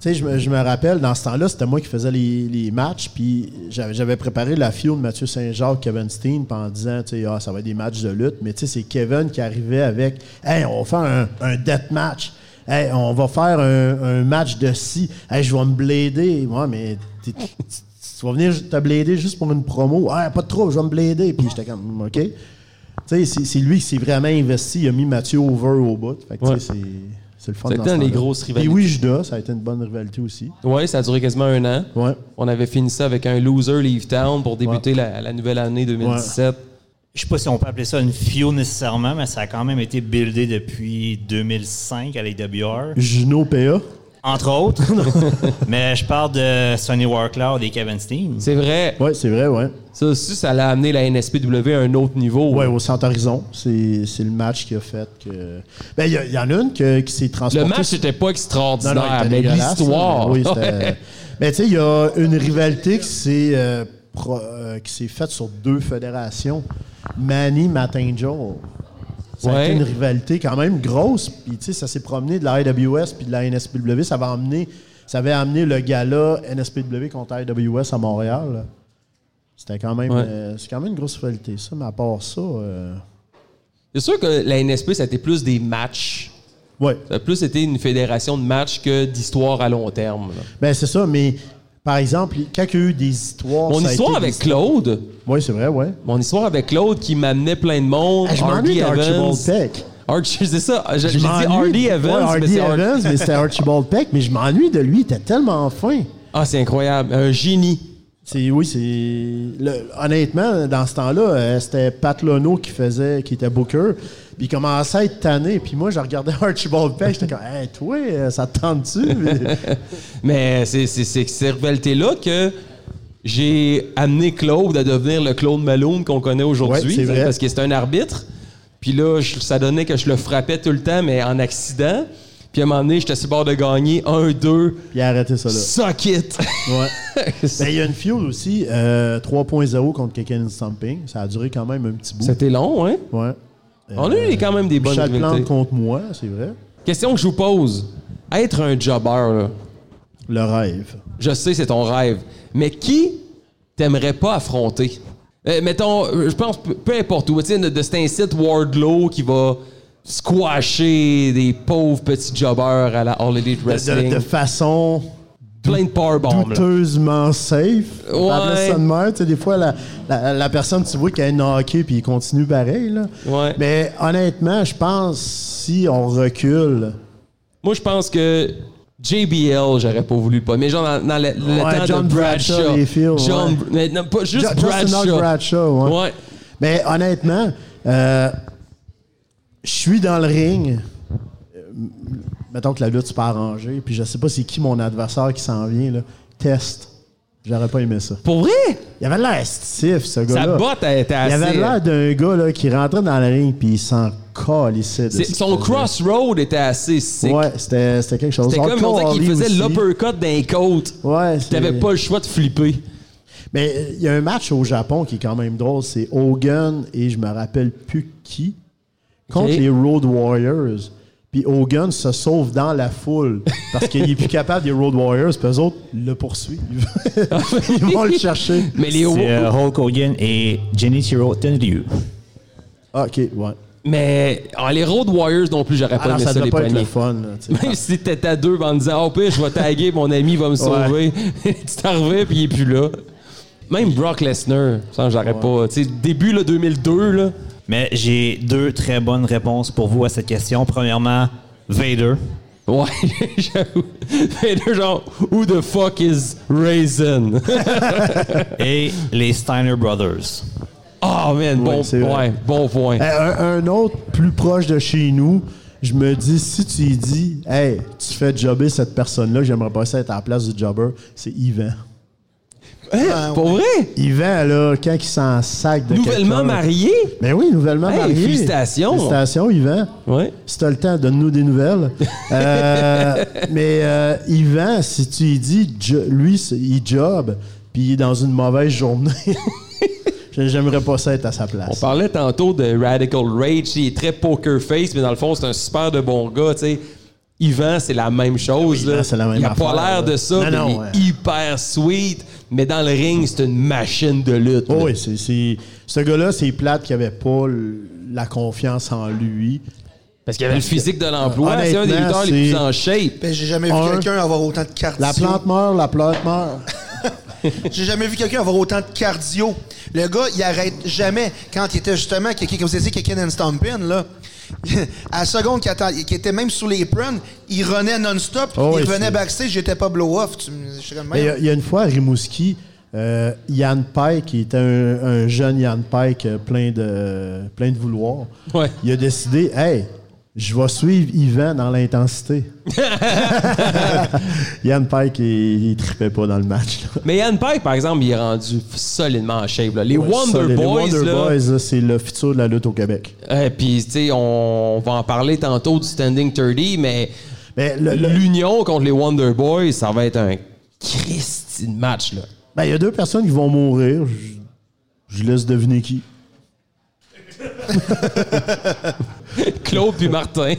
Speaker 3: Tu sais, je me, je me rappelle, dans ce temps-là, c'était moi qui faisais les, les matchs, puis j'avais, j'avais préparé la fio de Mathieu Saint-Jacques, Kevin Steen, puis en disant, tu sais, ah, ça va être des matchs de lutte, mais tu sais, c'est Kevin qui arrivait avec, hey, on va faire un, un death match, hey, on va faire un, un match de si, hey, je vais me blader, moi, mais t'es- tu tu vas venir te blader juste pour une promo, ah, pas de trop, je vais me blader, puis j'étais comme, ok. Tu sais, c'est, c'est lui qui s'est vraiment investi, il a mis Mathieu over au bout, fait que tu sais,
Speaker 1: Ouais.
Speaker 3: c'est. C'est le fun
Speaker 1: Ça a
Speaker 3: dans
Speaker 1: été
Speaker 3: ce
Speaker 1: dans les
Speaker 3: temps-là.
Speaker 1: grosses
Speaker 3: Puis
Speaker 1: rivalités.
Speaker 3: oui, Judas, ça a été une bonne rivalité aussi.
Speaker 1: Ouais, ça a duré quasiment un an.
Speaker 3: Ouais.
Speaker 1: On avait fini ça avec un loser leave town pour débuter la, la nouvelle année 2017.
Speaker 5: Je sais pas si on peut appeler ça une FIO nécessairement, mais ça a quand même été buildé depuis 2005 à l'AWR.
Speaker 3: Juno PA.
Speaker 5: Entre autres. mais je parle de Sonny Warcloud et Kevin Steen.
Speaker 1: C'est vrai.
Speaker 3: Ouais, c'est vrai, ouais.
Speaker 1: Ça aussi, ça l'a amené la NSPW à un autre niveau.
Speaker 3: Ouais, au Centre Horizon. C'est c'est le match qui a fait que. Ben, il y, a- il y en a une que- qui s'est
Speaker 1: Le
Speaker 3: transportée.
Speaker 1: match n'était pas
Speaker 3: Non,
Speaker 1: extraordinaire,
Speaker 3: non, il était
Speaker 1: mais
Speaker 3: dégueulasse,
Speaker 1: l'histoire.
Speaker 3: là, mais Oui, c'était- euh,
Speaker 1: Ouais.
Speaker 3: Mais tu sais, il y a une rivalité qui s'est euh, pro- euh, qui s'est faite sur deux fédérations. Manny Matinjol. Ça a
Speaker 1: Ouais.
Speaker 3: été une rivalité quand même grosse. Puis tu sais, ça s'est promené de la IWS puis de la NSPW. Ça avait amené, ça avait amené le gala NSPW contre IWS à Montréal. là. C'était quand même,
Speaker 1: Ouais.
Speaker 3: euh, c'est quand même une grosse rivalité ça. Mais à part ça, euh,
Speaker 1: C'est sûr que la NSP, ça a été plus des matchs.
Speaker 3: ouais.
Speaker 1: Ça a plus été une fédération de matchs que d'histoires à long terme. là.
Speaker 3: Ben c'est ça. Mais par exemple, quand il y a eu des histoires,
Speaker 1: Mon
Speaker 3: Oh, ça a
Speaker 1: histoire
Speaker 3: été
Speaker 1: avec
Speaker 3: des-
Speaker 1: Claude,
Speaker 3: Oui, c'est vrai, ouais.
Speaker 1: mon histoire avec Claude qui m'amenait plein de monde.
Speaker 3: Ah, je m'ennuie
Speaker 1: Hardy Evans.
Speaker 3: d'Archibald Peck.
Speaker 1: Archie, c'est ça. Je- J'ai dit
Speaker 3: m'ennuie
Speaker 1: Hardy
Speaker 3: de-
Speaker 1: Evans,
Speaker 3: Ouais,
Speaker 1: mais
Speaker 3: Hardy
Speaker 1: c'est Har-
Speaker 3: Evans, mais c'était Archibald Peck, mais je m'ennuie de lui, il était tellement fin.
Speaker 1: Ah, c'est incroyable. Un génie.
Speaker 3: C'est, oui, c'est. le- honnêtement, dans ce temps-là, euh, c'était Pat Lono qui faisait, qui était Booker. Puis il commençait à être tanné. Puis moi, je regardais Archibald Peck, j'étais comme, hey, toi, euh, ça te tente-tu?
Speaker 1: Mais c'est c'est- c'est que ces rivalités-là que J'ai amené Claude à devenir le Claude Malone qu'on connaît aujourd'hui,
Speaker 3: Ouais, c'est vrai.
Speaker 1: parce que c'était un arbitre. Puis là, je- ça donnait que je le frappais tout le temps, mais en accident. Puis à un moment donné, j'étais sur le bord de gagner 1-2.
Speaker 3: Il a arrêté ça là.
Speaker 1: Suck it!
Speaker 3: Ouais. Ben, il y a une fiole aussi, euh, 3.0 contre Kekken Stamping. Ça a duré quand même un petit bout.
Speaker 1: C'était long, hein?
Speaker 3: Ouais.
Speaker 1: On a eu quand même des bonnes
Speaker 3: Euh, Michel Plante
Speaker 1: rivalités.
Speaker 3: contre moi, c'est vrai.
Speaker 1: Question que je vous pose. Être un jobber, là,
Speaker 3: Le rêve.
Speaker 1: je sais, c'est ton rêve, mais qui t'aimerais pas affronter? Euh, mettons, euh, je pense, peu, peu importe où, tu sais, de, de cet incite Wardlow qui va squasher des pauvres petits jobbers à la All Elite
Speaker 3: De- De,
Speaker 1: Wrestling.
Speaker 3: de façon
Speaker 1: plein de powerbombs, là.
Speaker 3: douteusement safe.
Speaker 1: Ouais.
Speaker 3: On appelait ça de même. Tu sais, des fois, la, la- la personne, tu vois qu'elle est knockée puis il continue pareil. Là.
Speaker 1: Ouais.
Speaker 3: Mais honnêtement, je pense, si on recule,
Speaker 1: Moi, je pense que JBL, j'aurais pas voulu le pas. Mais genre, dans, dans le, le
Speaker 3: Ouais,
Speaker 1: temps
Speaker 3: John
Speaker 1: de Bradshaw.
Speaker 3: Bradshaw, les films,
Speaker 1: John,
Speaker 3: ouais.
Speaker 1: mais non, pas juste
Speaker 3: Ju- Justin
Speaker 1: Bradshaw.
Speaker 3: Hawk Bradshaw, ouais.
Speaker 1: Ouais.
Speaker 3: Mais honnêtement, euh, je suis dans le ring. Euh, Mettons que la lutte c'est pas arrangée, puis je sais pas c'est qui mon adversaire qui s'en vient. Là. Test. J'aurais pas aimé ça.
Speaker 1: Pour vrai?
Speaker 3: Il avait l'air stiff, ce gars-là.
Speaker 1: Sa botte elle était
Speaker 3: Il
Speaker 1: assez... euh,
Speaker 3: avait l'air d'un gars là, qui rentrait dans le ring puis il s'en calissait. de
Speaker 1: C'est-
Speaker 3: ce qu'il
Speaker 1: Son
Speaker 3: faisait.
Speaker 1: crossroad était assez sick.
Speaker 3: Ouais, c'était c'était quelque chose.
Speaker 1: C'était comme
Speaker 3: Hardcore
Speaker 1: on disait qu'il
Speaker 3: Holly
Speaker 1: faisait
Speaker 3: aussi.
Speaker 1: l'uppercut d'un côte.
Speaker 3: Ouais, c'est-
Speaker 1: T'avais pas le choix de flipper.
Speaker 3: Mais euh, il y a un match au Japon qui est quand même drôle. C'est Hogan et je me rappelle plus qui contre
Speaker 1: Ok.
Speaker 3: les Road Warriors. Puis Hogan se sauve dans la foule parce qu'il est plus capable des Road Warriors. Puis eux autres le poursuivent. Ils vont le chercher.
Speaker 1: Mais les
Speaker 5: C'est euh, Hulk Hogan et Genichiro Tenryu.
Speaker 3: Ah, Ok, ouais.
Speaker 1: mais ah, les Road Warriors non plus, j'aurais pas
Speaker 3: Alors
Speaker 1: aimé
Speaker 3: Ah ça
Speaker 1: ça
Speaker 3: devait
Speaker 1: les
Speaker 3: pas être
Speaker 1: poignets.
Speaker 3: le fun. là, tu sais.
Speaker 1: Même si t'étais à deux en disant Oh pire, je vais taguer, mon ami va me sauver Tu t'en reviens puis il est plus là. Même Brock Lesnar, ça j'aurais pas. Tu sais, début là, 2002, là.
Speaker 5: Mais j'ai deux très bonnes réponses pour vous à cette question. Premièrement, Vader.
Speaker 1: Ouais, j'avoue. Fait deux genre Who the fuck is Raisin?
Speaker 5: et les Steiner Brothers.
Speaker 1: Oh man, bon
Speaker 3: c'est vrai.
Speaker 1: point. Bon point.
Speaker 3: Eh, Un, un autre plus proche de chez nous, je me dis, si tu y dis, hey, tu fais jobber cette personne-là, j'aimerais pas ça être à la place du jobber, c'est Yvan.
Speaker 1: Hein, Pour vrai?
Speaker 3: Yvan, là, quand il s'en sac de
Speaker 1: Nouvellement
Speaker 3: quelqu'un, là.
Speaker 1: marié?
Speaker 3: Ben oui, nouvellement
Speaker 1: Hey,
Speaker 3: marié.
Speaker 1: félicitations.
Speaker 3: Félicitations, Yvan.
Speaker 1: Ouais.
Speaker 3: Si t'as le temps, donne-nous des nouvelles. Euh, mais euh, Yvan, si tu y dis, jo- lui, c'est- il job, puis il est dans une mauvaise journée, j'aimerais pas ça être à sa
Speaker 1: On
Speaker 3: place.
Speaker 1: parlait tantôt de Radical Rage, il est très poker face, mais dans le fond, c'est un super de bon gars, tu sais. Yvan, c'est la même chose.
Speaker 3: Oui, Yvan,
Speaker 1: là.
Speaker 3: c'est la même
Speaker 1: il a pas
Speaker 3: affaire,
Speaker 1: l'air de
Speaker 3: là.
Speaker 1: ça,
Speaker 3: Non,
Speaker 1: mais
Speaker 3: non,
Speaker 1: il est
Speaker 3: ouais.
Speaker 1: hyper sweet, mais dans le ring, c'est une machine de lutte.
Speaker 3: Oh
Speaker 1: là.
Speaker 3: oui, c'est, c'est- ce gars-là, c'est plate qu'il avait pas le- la confiance en lui.
Speaker 1: Parce qu'il y avait le physique de l'emploi, c'est un des
Speaker 3: Honnêtement,
Speaker 1: lutteurs les plus
Speaker 3: c'est-
Speaker 1: en shape.
Speaker 2: Ben, j'ai jamais
Speaker 3: Un.
Speaker 2: vu quelqu'un avoir autant de cardio.
Speaker 3: La plante meurt, la plante meurt.
Speaker 2: J'ai jamais vu quelqu'un avoir autant de cardio. Le gars, il arrête jamais. Quand il était justement, quelqu'un comme vous avez dit, quelqu'un and Stompin, là, à la seconde qu'il attend- qu'il était même sur les prunes, il renait non-stop.
Speaker 3: Oh oui,
Speaker 2: il revenait
Speaker 3: c'est-
Speaker 2: backstage, j'étais pas blow-off. Tu me- je suis comme,
Speaker 3: Mais euh, Il y a-
Speaker 2: merde.
Speaker 3: il y, a une fois à Rimouski, euh, Yann Pike, qui était un, un jeune Yann Pike euh, plein de, plein de vouloir,
Speaker 1: Ouais.
Speaker 3: il a décidé Hey, je vais suivre Yvan dans l'intensité. Yann Pike, il, ne tripait pas dans le match. là.
Speaker 1: Mais Yann Pike, par exemple, il est rendu solidement en shape. là. Les
Speaker 3: Ouais,
Speaker 1: Wonder
Speaker 3: ça, les- les
Speaker 1: Boys,
Speaker 3: Wonder
Speaker 1: là,
Speaker 3: Boys, là, c'est le futur de la lutte au Québec.
Speaker 1: euh, puis tu sais, on va en parler tantôt du Standing 30, mais
Speaker 3: Mais le- le-
Speaker 1: l'union contre les Wonder Boys, ça va être un Christy de match, là.
Speaker 3: Ben, il y a deux personnes qui vont mourir. Je, je laisse deviner qui.
Speaker 1: Claude puis Martin.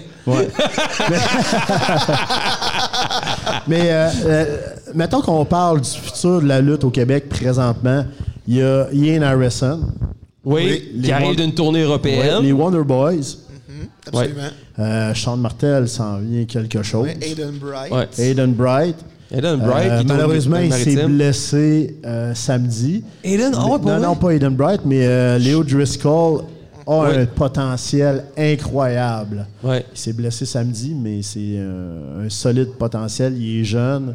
Speaker 3: Mais euh, euh, mettons qu'on parle du futur de la lutte au Québec présentement. Il y a Ian Harrison,
Speaker 1: Oui,
Speaker 3: les
Speaker 1: qui arrive
Speaker 3: Wonder-
Speaker 1: d'une tournée européenne.
Speaker 3: les Wonder Boys,
Speaker 2: Absolument.
Speaker 3: euh, Sean Martel s'en vient quelque chose,
Speaker 2: Ouais, Aiden Bright.
Speaker 1: Ouais.
Speaker 3: Aiden Bright.
Speaker 1: Aiden Bright,
Speaker 3: Euh,
Speaker 1: qui tourne
Speaker 3: malheureusement,
Speaker 1: une
Speaker 3: il s'est
Speaker 1: maritime.
Speaker 3: blessé euh, samedi.
Speaker 1: Aiden, ah ouais,
Speaker 3: Mais-
Speaker 1: pour
Speaker 3: non,
Speaker 1: vrai?
Speaker 3: non, pas Aiden Bright, mais euh, Léo Driscoll a
Speaker 1: Ouais.
Speaker 3: un potentiel incroyable.
Speaker 1: Ouais.
Speaker 3: Il s'est blessé samedi, mais c'est euh, un solide potentiel. Il est jeune.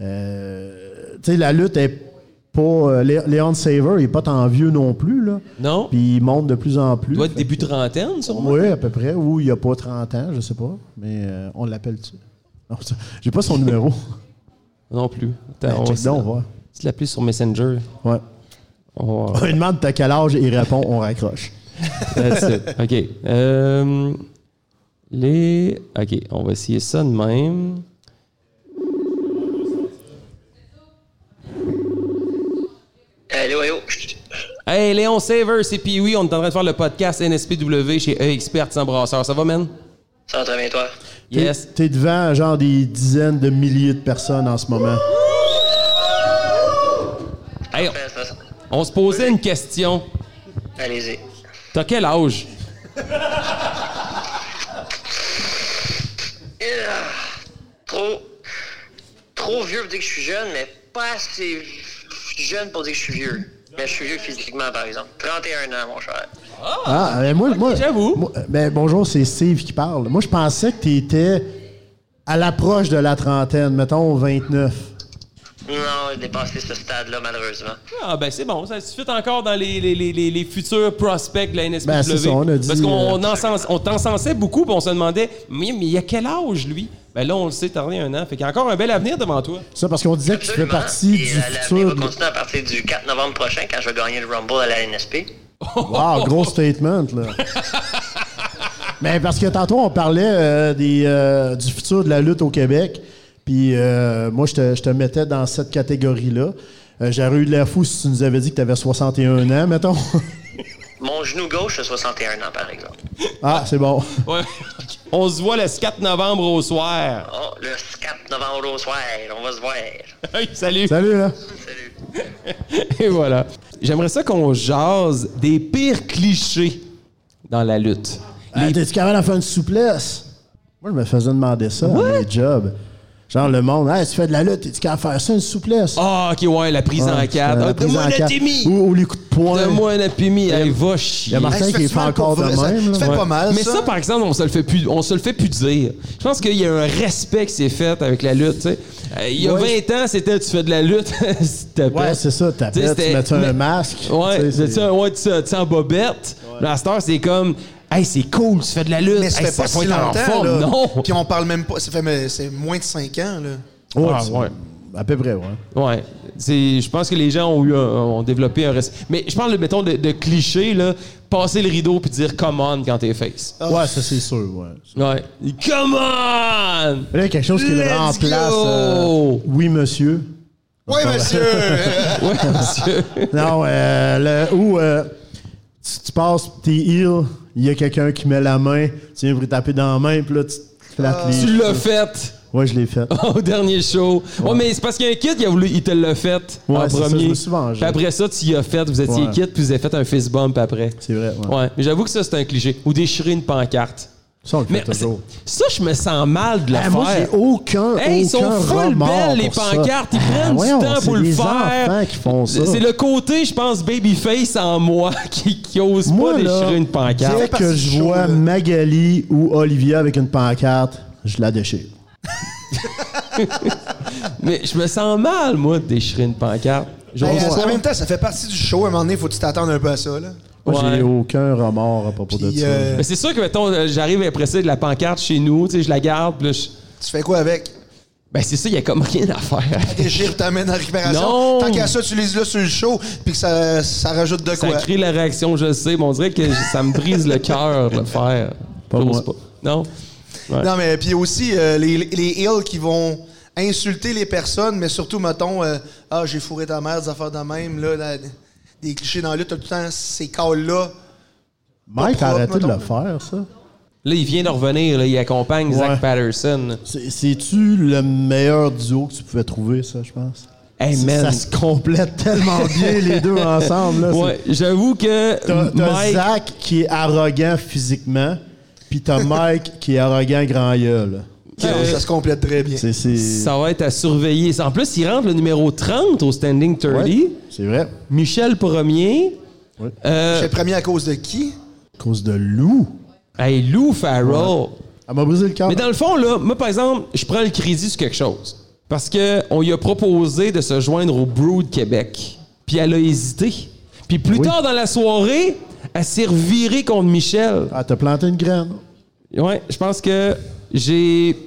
Speaker 3: Euh, tu sais, la lutte est pas. euh, Lé- Léon Saver, il est pas tant vieux non plus. Là.
Speaker 1: Non.
Speaker 3: Puis il monte de plus en plus.
Speaker 1: Il doit être
Speaker 3: Fait
Speaker 1: début
Speaker 3: que-
Speaker 1: trentaine, sûrement.
Speaker 3: Oui, à peu près. Ou il a pas 30 ans, je sais pas. Mais euh, on l'appelle-tu? Non, ça- J'ai pas son numéro.
Speaker 1: Non plus. Attends,
Speaker 3: Ben,
Speaker 1: on va
Speaker 3: check
Speaker 1: se-
Speaker 3: donc, on va voir.
Speaker 1: Tu l'appelles sur Messenger.
Speaker 3: Ouais.
Speaker 1: On va-
Speaker 3: On lui demande t'as quel âge, il répond, on raccroche.
Speaker 1: That's it. OK. Euh, les. OK, on va essayer ça de même.
Speaker 6: Allô, allô. Chut.
Speaker 1: Hey, Léon Saver, c'est Pee-Wee. On est en train de faire le podcast NSPW chez E-Expert sans brasseur. Ça va, man?
Speaker 6: Ça va très bien, toi?
Speaker 3: T'es-
Speaker 1: Yes.
Speaker 3: T'es devant genre des dizaines de milliers de personnes en ce moment.
Speaker 1: Hey,
Speaker 6: Ben, ça, ça-
Speaker 1: on se posait une question.
Speaker 6: Allez-y.
Speaker 1: T'as quel âge?
Speaker 6: Et, ah, trop, trop vieux pour dire que je suis jeune, mais pas assez jeune pour dire que je suis vieux. Mais je suis vieux physiquement, par exemple. 31 ans, mon cher.
Speaker 3: Ah, mais moi, moi-
Speaker 1: j'avoue.
Speaker 3: moi- ben, bonjour, c'est Steve qui parle. Moi, je pensais que t'étais à l'approche de la trentaine, mettons 29.
Speaker 6: Non, j'ai dépassé ce stade-là, malheureusement.
Speaker 1: Ah, ben c'est bon. Ça suffit encore dans les, les, les, les- les futurs prospects de la NSPW.
Speaker 3: Ben, c'est ça, on a dit,
Speaker 1: Parce qu'on
Speaker 3: euh,
Speaker 1: on encense- on t'encensait beaucoup, puis on se demandait, mais, mais il a quel âge, lui? Ben là, on le sait, t'as rien un an. Fait qu'il y a encore un bel avenir devant toi.
Speaker 3: Ça, parce qu'on disait que tu fais
Speaker 6: Absolument.
Speaker 3: partie
Speaker 6: Et
Speaker 3: du
Speaker 6: la- l'avenir
Speaker 3: futur.
Speaker 6: va continuer à partir du 4 novembre prochain, quand je vais gagner le Rumble à la NSP.
Speaker 3: Wow, gros statement, là. Mais parce que tantôt, on parlait euh, des, euh, du futur de la lutte au Québec. Puis euh, moi, je te, je te mettais dans cette catégorie-là. Euh, J'aurais eu de la fou si tu nous avais dit que tu avais 61 ans, mettons.
Speaker 6: Mon genou gauche a 61 ans, par exemple.
Speaker 3: ah, c'est bon.
Speaker 1: Ouais. on se voit le 4 novembre au soir.
Speaker 6: Oh, le 4 novembre au soir, on va se voir.
Speaker 1: Hey, salut.
Speaker 3: Salut, là.
Speaker 6: Salut.
Speaker 1: Et voilà. J'aimerais ça qu'on jase des pires clichés dans la lutte.
Speaker 3: Ah, T'es-tu capable d'en faire une souplesse? Moi, je me faisais demander ça à mes jobs. Genre, le monde, hey, tu fais de la lutte, t'es-tu capable de faire ça, une souplesse?
Speaker 1: Ah, ok, ouais, la prise en
Speaker 3: Ah,
Speaker 1: quatre.
Speaker 3: la
Speaker 1: Ah,
Speaker 3: prise
Speaker 1: Donne-moi
Speaker 3: en
Speaker 1: un
Speaker 3: quatre. Ben,
Speaker 1: atimi!
Speaker 3: Ou, ou les coups de poing.
Speaker 1: Donne-moi un atimi! Elle va chier.
Speaker 3: Mar- Martin
Speaker 2: Hey, ça
Speaker 3: qui
Speaker 2: fait
Speaker 3: est
Speaker 2: du
Speaker 3: pas
Speaker 2: mal
Speaker 3: encore
Speaker 2: pour
Speaker 3: de
Speaker 2: vrai, ça-
Speaker 3: même, là.
Speaker 2: Ça fait pas mal,
Speaker 1: Mais ça, par exemple, on se le fait plus, on se le fait plus dire. Je pense qu'il y a un respect qui s'est fait avec la lutte. tu sais. Euh, il y a
Speaker 3: Ouais,
Speaker 1: 20 ans, c'était tu fais de la lutte, s'il te plaît.
Speaker 3: Ouais, c'est ça,
Speaker 1: Tu sais,
Speaker 3: t'appelles, tu
Speaker 1: c'était-
Speaker 3: mets un
Speaker 1: mais-
Speaker 3: masque. tu
Speaker 1: Ouais,
Speaker 3: sais,
Speaker 1: c'est ça, ouais, tu sais, tu sais, en bobette. La star, c'est comme, hey, c'est cool, tu fais de la lutte.
Speaker 2: Mais ça
Speaker 1: Hey,
Speaker 2: fait pas
Speaker 1: faut
Speaker 2: si
Speaker 1: être en
Speaker 2: longtemps,
Speaker 1: forme.
Speaker 2: là.
Speaker 1: Non.
Speaker 2: Puis on parle même pas. Ça fait mais, c'est moins de 5 ans, là.
Speaker 3: Ouais,
Speaker 1: Ah,
Speaker 3: tu-
Speaker 1: ouais.
Speaker 3: À peu près, ouais.
Speaker 1: Ouais. C'est, je pense que les gens ont, eu un- ont développé un respect. Mais je parle, mettons, de, de cliché, là. Passer le rideau puis dire come on quand t'es face.
Speaker 3: Ouais, ça c'est sûr, ouais.
Speaker 1: Ouais. Come on!
Speaker 3: Là, il y a quelque chose qui le
Speaker 1: Let's
Speaker 3: remplace.
Speaker 1: go!
Speaker 3: euh, oui, monsieur.
Speaker 2: Oui, monsieur!
Speaker 1: Ouais, monsieur.
Speaker 3: Non, euh, le- ou euh, tu, tu passes, t'es heal, il y a quelqu'un qui met la main, tu viens pour lui taper dans la main, puis là, tu te flattes les.
Speaker 1: Ah. tu l'as fait
Speaker 3: Ouais, je l'ai fait.
Speaker 1: au dernier show. Ouais, mais c'est parce qu'il y a un kid qui a voulu, il te l'a fait
Speaker 3: Ouais,
Speaker 1: en
Speaker 3: c'est ça, je
Speaker 1: premier.
Speaker 3: me suis vengé.
Speaker 1: Puis après ça, tu y as fait, vous étiez
Speaker 3: Ouais.
Speaker 1: kid, puis vous avez fait un fist bump après.
Speaker 3: C'est vrai, ouais.
Speaker 1: Ouais. Mais j'avoue que ça, c'est un cliché. Ou déchirer une pancarte.
Speaker 3: Ça, on le
Speaker 1: Mais
Speaker 3: fait toujours.
Speaker 1: c'est- ça, je me sens mal de la
Speaker 3: Eh,
Speaker 1: faire.
Speaker 3: moi, j'ai aucun.
Speaker 1: Hey, ils sont
Speaker 3: aucun
Speaker 1: full
Speaker 3: remords
Speaker 1: belles, les
Speaker 3: pour ça.
Speaker 1: pancartes. Ils
Speaker 3: Ah,
Speaker 1: prennent
Speaker 3: voyons,
Speaker 1: du temps
Speaker 3: c'est
Speaker 1: pour le
Speaker 3: des
Speaker 1: faire.
Speaker 3: enfants qui font ça.
Speaker 1: C'est le côté, je pense, babyface en moi qui, qui ose
Speaker 3: Moi,
Speaker 1: pas
Speaker 3: là,
Speaker 1: déchirer une pancarte.
Speaker 3: Dès que
Speaker 2: partie du
Speaker 3: je
Speaker 2: show,
Speaker 3: vois
Speaker 2: là.
Speaker 3: Magali ou Olivia avec une pancarte, je la déchire.
Speaker 1: Mais je me sens mal, moi, de déchirer une pancarte. Je
Speaker 2: Hey,
Speaker 1: reçois-
Speaker 2: en même temps, ça fait partie du show. À un moment donné, faut que tu t'attendes un peu à ça, là.
Speaker 3: Moi,
Speaker 1: Ouais.
Speaker 3: j'ai aucun remords à propos de
Speaker 2: Puis,
Speaker 3: ça.
Speaker 2: euh,
Speaker 1: Mais c'est sûr que, mettons, euh, j'arrive après ça de la pancarte chez nous, tu sais, je la garde, puis là, je-
Speaker 2: Tu fais quoi avec?
Speaker 1: Ben, c'est ça, il y a comme rien à faire.
Speaker 2: Déchire, t'amènes en récupération.
Speaker 1: Non!
Speaker 2: Tant qu'à ça, tu lises là sur le show, puis que ça, ça rajoute de
Speaker 1: Ça
Speaker 2: quoi.
Speaker 1: crée la réaction, je sais, mais on dirait que je- ça me brise le cœur de le faire.
Speaker 3: Pas
Speaker 1: J'ose
Speaker 3: moi.
Speaker 1: Non? Ouais.
Speaker 2: Non, mais puis aussi, euh, les, les heels qui vont insulter les personnes, mais surtout, mettons, euh, ah, j'ai fourré ta mère, des affaires de même, là, la- des clichés dans la lutte, t'as tout le temps ces calls-là.
Speaker 3: Mike a
Speaker 2: propre,
Speaker 3: arrêté de le
Speaker 2: mettons.
Speaker 3: faire, ça.
Speaker 1: Là, il vient de revenir, là, il accompagne
Speaker 3: Ouais.
Speaker 1: Zach Patterson.
Speaker 3: C'est- C'est-tu le meilleur duo que tu pouvais trouver, ça, je pense?
Speaker 1: Hey,
Speaker 3: Ça-
Speaker 1: man.
Speaker 3: Ça se complète tellement bien, les deux ensemble. Là,
Speaker 1: Ouais,
Speaker 3: C'est-
Speaker 1: j'avoue que
Speaker 3: T'as t'as
Speaker 1: Mike...
Speaker 3: Zach qui est arrogant physiquement, puis t'as Mike qui est arrogant grand gueule.
Speaker 2: Ah, ça se complète très bien.
Speaker 3: C'est c'est-
Speaker 1: Ça va être à surveiller. En plus, il rentre le numéro 30 au Standing 30.
Speaker 3: Ouais, c'est vrai.
Speaker 1: Michel Premier.
Speaker 3: Ouais.
Speaker 1: Euh,
Speaker 2: J'ai premier à cause de qui?
Speaker 3: À cause de Lou.
Speaker 1: hey, Lou Farrell.
Speaker 3: Elle m'a brisé le cœur.
Speaker 1: Mais dans le fond, là, moi, par exemple, je prends le crédit sur quelque chose. Parce que on lui a proposé de se joindre au Brood Québec. Puis elle a hésité. Puis plus
Speaker 3: Oui.
Speaker 1: tard dans la soirée, elle s'est revirée contre Michel.
Speaker 3: Ah, t'as planté une graine.
Speaker 1: Ouais, je pense que j'ai.